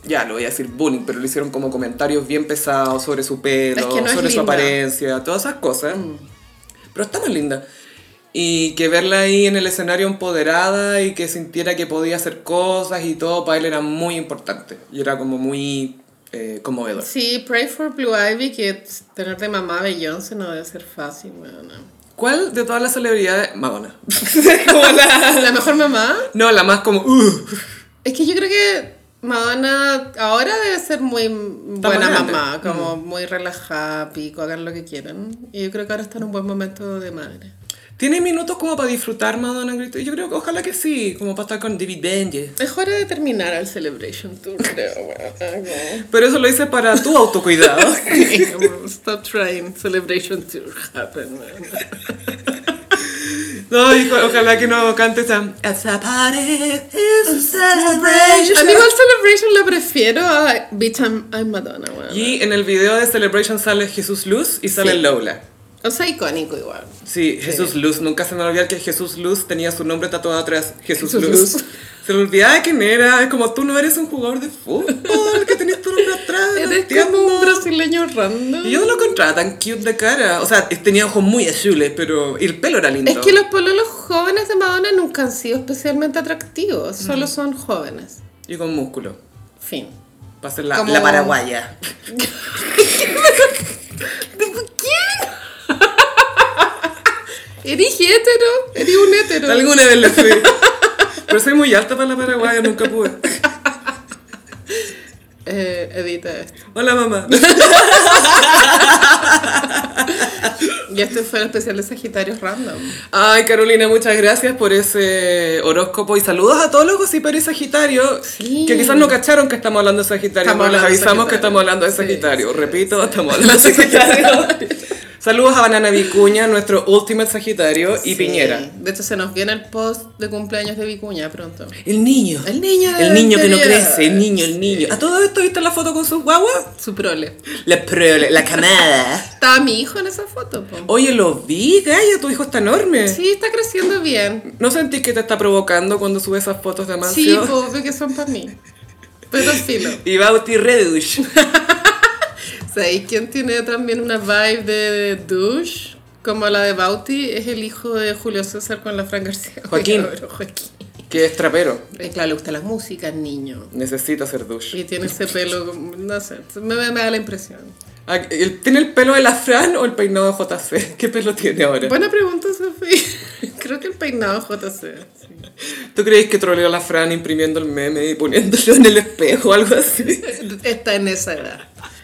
ya lo voy a decir bullying, pero le hicieron como comentarios bien pesados sobre su pelo,
Es que no es
sobre su
linda. Mm.
apariencia, todas esas cosas. Pero está muy linda. Y que verla ahí en el escenario empoderada y que sintiera que podía hacer cosas y todo para él era muy importante. Y era como muy eh, conmovedor.
Sí, Pray for Blue Ivy, que tener de mamá a Beyoncé no debe ser fácil, bueno.
¿Cuál de todas las celebridades? Madonna. Como la-
La mejor mamá.
No, la más como... "Uh".
Es que yo creo que Madonna ahora debe ser muy buena
más grande. Mm.
mamá, como muy relajada, pico, hagan lo que quieran. Y yo creo que ahora está en un buen momento de madre.
¿Tiene minutos como para disfrutar Madonna? Yo creo que ojalá que sí, como para estar con David Benji.
Es hora de terminar el Celebration Tour, creo. weón.
Pero eso lo hice para tu autocuidado.
Sí, como, Stop trying Celebration Tour happen. weón.
No, y co- ojalá que no cante esa... It's a party, it's a celebration.
A mí igual Celebration la prefiero a Bitch I'm, I'm Madonna. weón.
Y en el video de Celebration sale Jesús Luz y sale
Sí.
Lola.
O sea, icónico igual.
Sí, Jesús Luz. Nunca se me olvidar que Jesús Luz tenía su nombre tatuado atrás. Jesús,
Jesús
Luz.
Luz.
Se le olvidaba quién era. Es como tú no eres un jugador de fútbol que tenés tu nombre atrás. no
Eres
entiendo.
como un brasileño random.
Y yo lo encontraba tan cute de cara. O sea, tenía ojos muy azules, pero y el pelo era lindo.
Es que los pololos jóvenes de Madonna nunca han sido especialmente atractivos, solo son jóvenes.
Y con músculo.
Fin.
Para ser la,
Como-
la paraguaya.
Eres hetero, eres un hetero.
Alguna vez lo fui. Pero soy muy alta para la paraguaya, nunca pude.
Eh, edita esto.
Hola, mamá.
Y este fue el especial de Sagitarios Random.
Ay, Carolina, muchas gracias por ese horóscopo y saludos a todos los gossiperos y Sagitario
Sí.
que quizás no cacharon que estamos hablando de Sagitario,
Estamos
pero les
hablando de
avisamos que
Sagitario.
estamos hablando de
Sí,
Sagitario.
sí,
Repito, estamos hablando de Sagitario. saludos a Banana Vicuña, nuestro ultimate Sagitario, y
Sí.
Piñera.
De hecho, se nos viene el post de cumpleaños de Vicuña pronto.
El niño.
El niño de
El niño que no
20 días.
crece, el niño, el niño. ¿A todo esto viste la foto con sus guaguas?
Su prole.
La prole, la camada.
Estaba mi hijo en esa foto, po.
Oye, lo vi, Gaya, tu hijo está enorme.
Sí, está creciendo bien.
¿No sentís que te está provocando cuando subes esas fotos de Amancio?
Sí, po, obvio que son para mí. Pero filo.
Y Bauti Redush.
¿Sabéis quién tiene también una vibe de douche? Como la de Bauti, es el hijo de Julio César con la Fran García.
Joaquín.
Oye, Joaquín.
Que es trapero.
Eh, claro, le gusta la música, al niño.
Necesita ser douche.
Y tiene ese pelo, como- no sé, me, me- me da la impresión.
Ah, ¿él ¿Tiene el pelo de la Fran o el peinado de JC? ¿Qué pelo tiene ahora?
Buena pregunta, Sofía. Creo que el peinado JC. sí.
¿Tú crees que troleó a la Fran imprimiendo el meme y poniéndolo en el espejo o algo así?
Está en esa edad.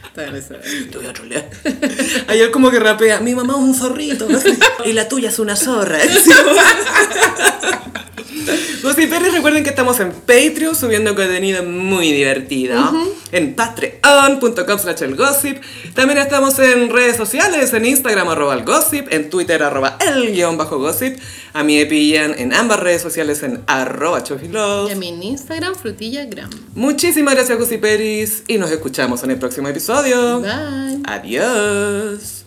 Está en esa edad.
Te voy a trolear. Ayer como que rapea, mi mamá es un zorrito y la tuya es una zorra. Los hiperes recuerden que estamos en Patreon subiendo contenido muy divertido. En patreon.com slash el gossip. También estamos en redes sociales, en Instagram arroba el gossip, en Twitter arroba el guión bajo gossip. A mí me pillan en ambas redes sociales en arroba chofilove.
Y a mí en Instagram, frutillagram.
Muchísimas gracias, Gossiperis, y nos escuchamos en el próximo episodio.
Bye.
Adiós.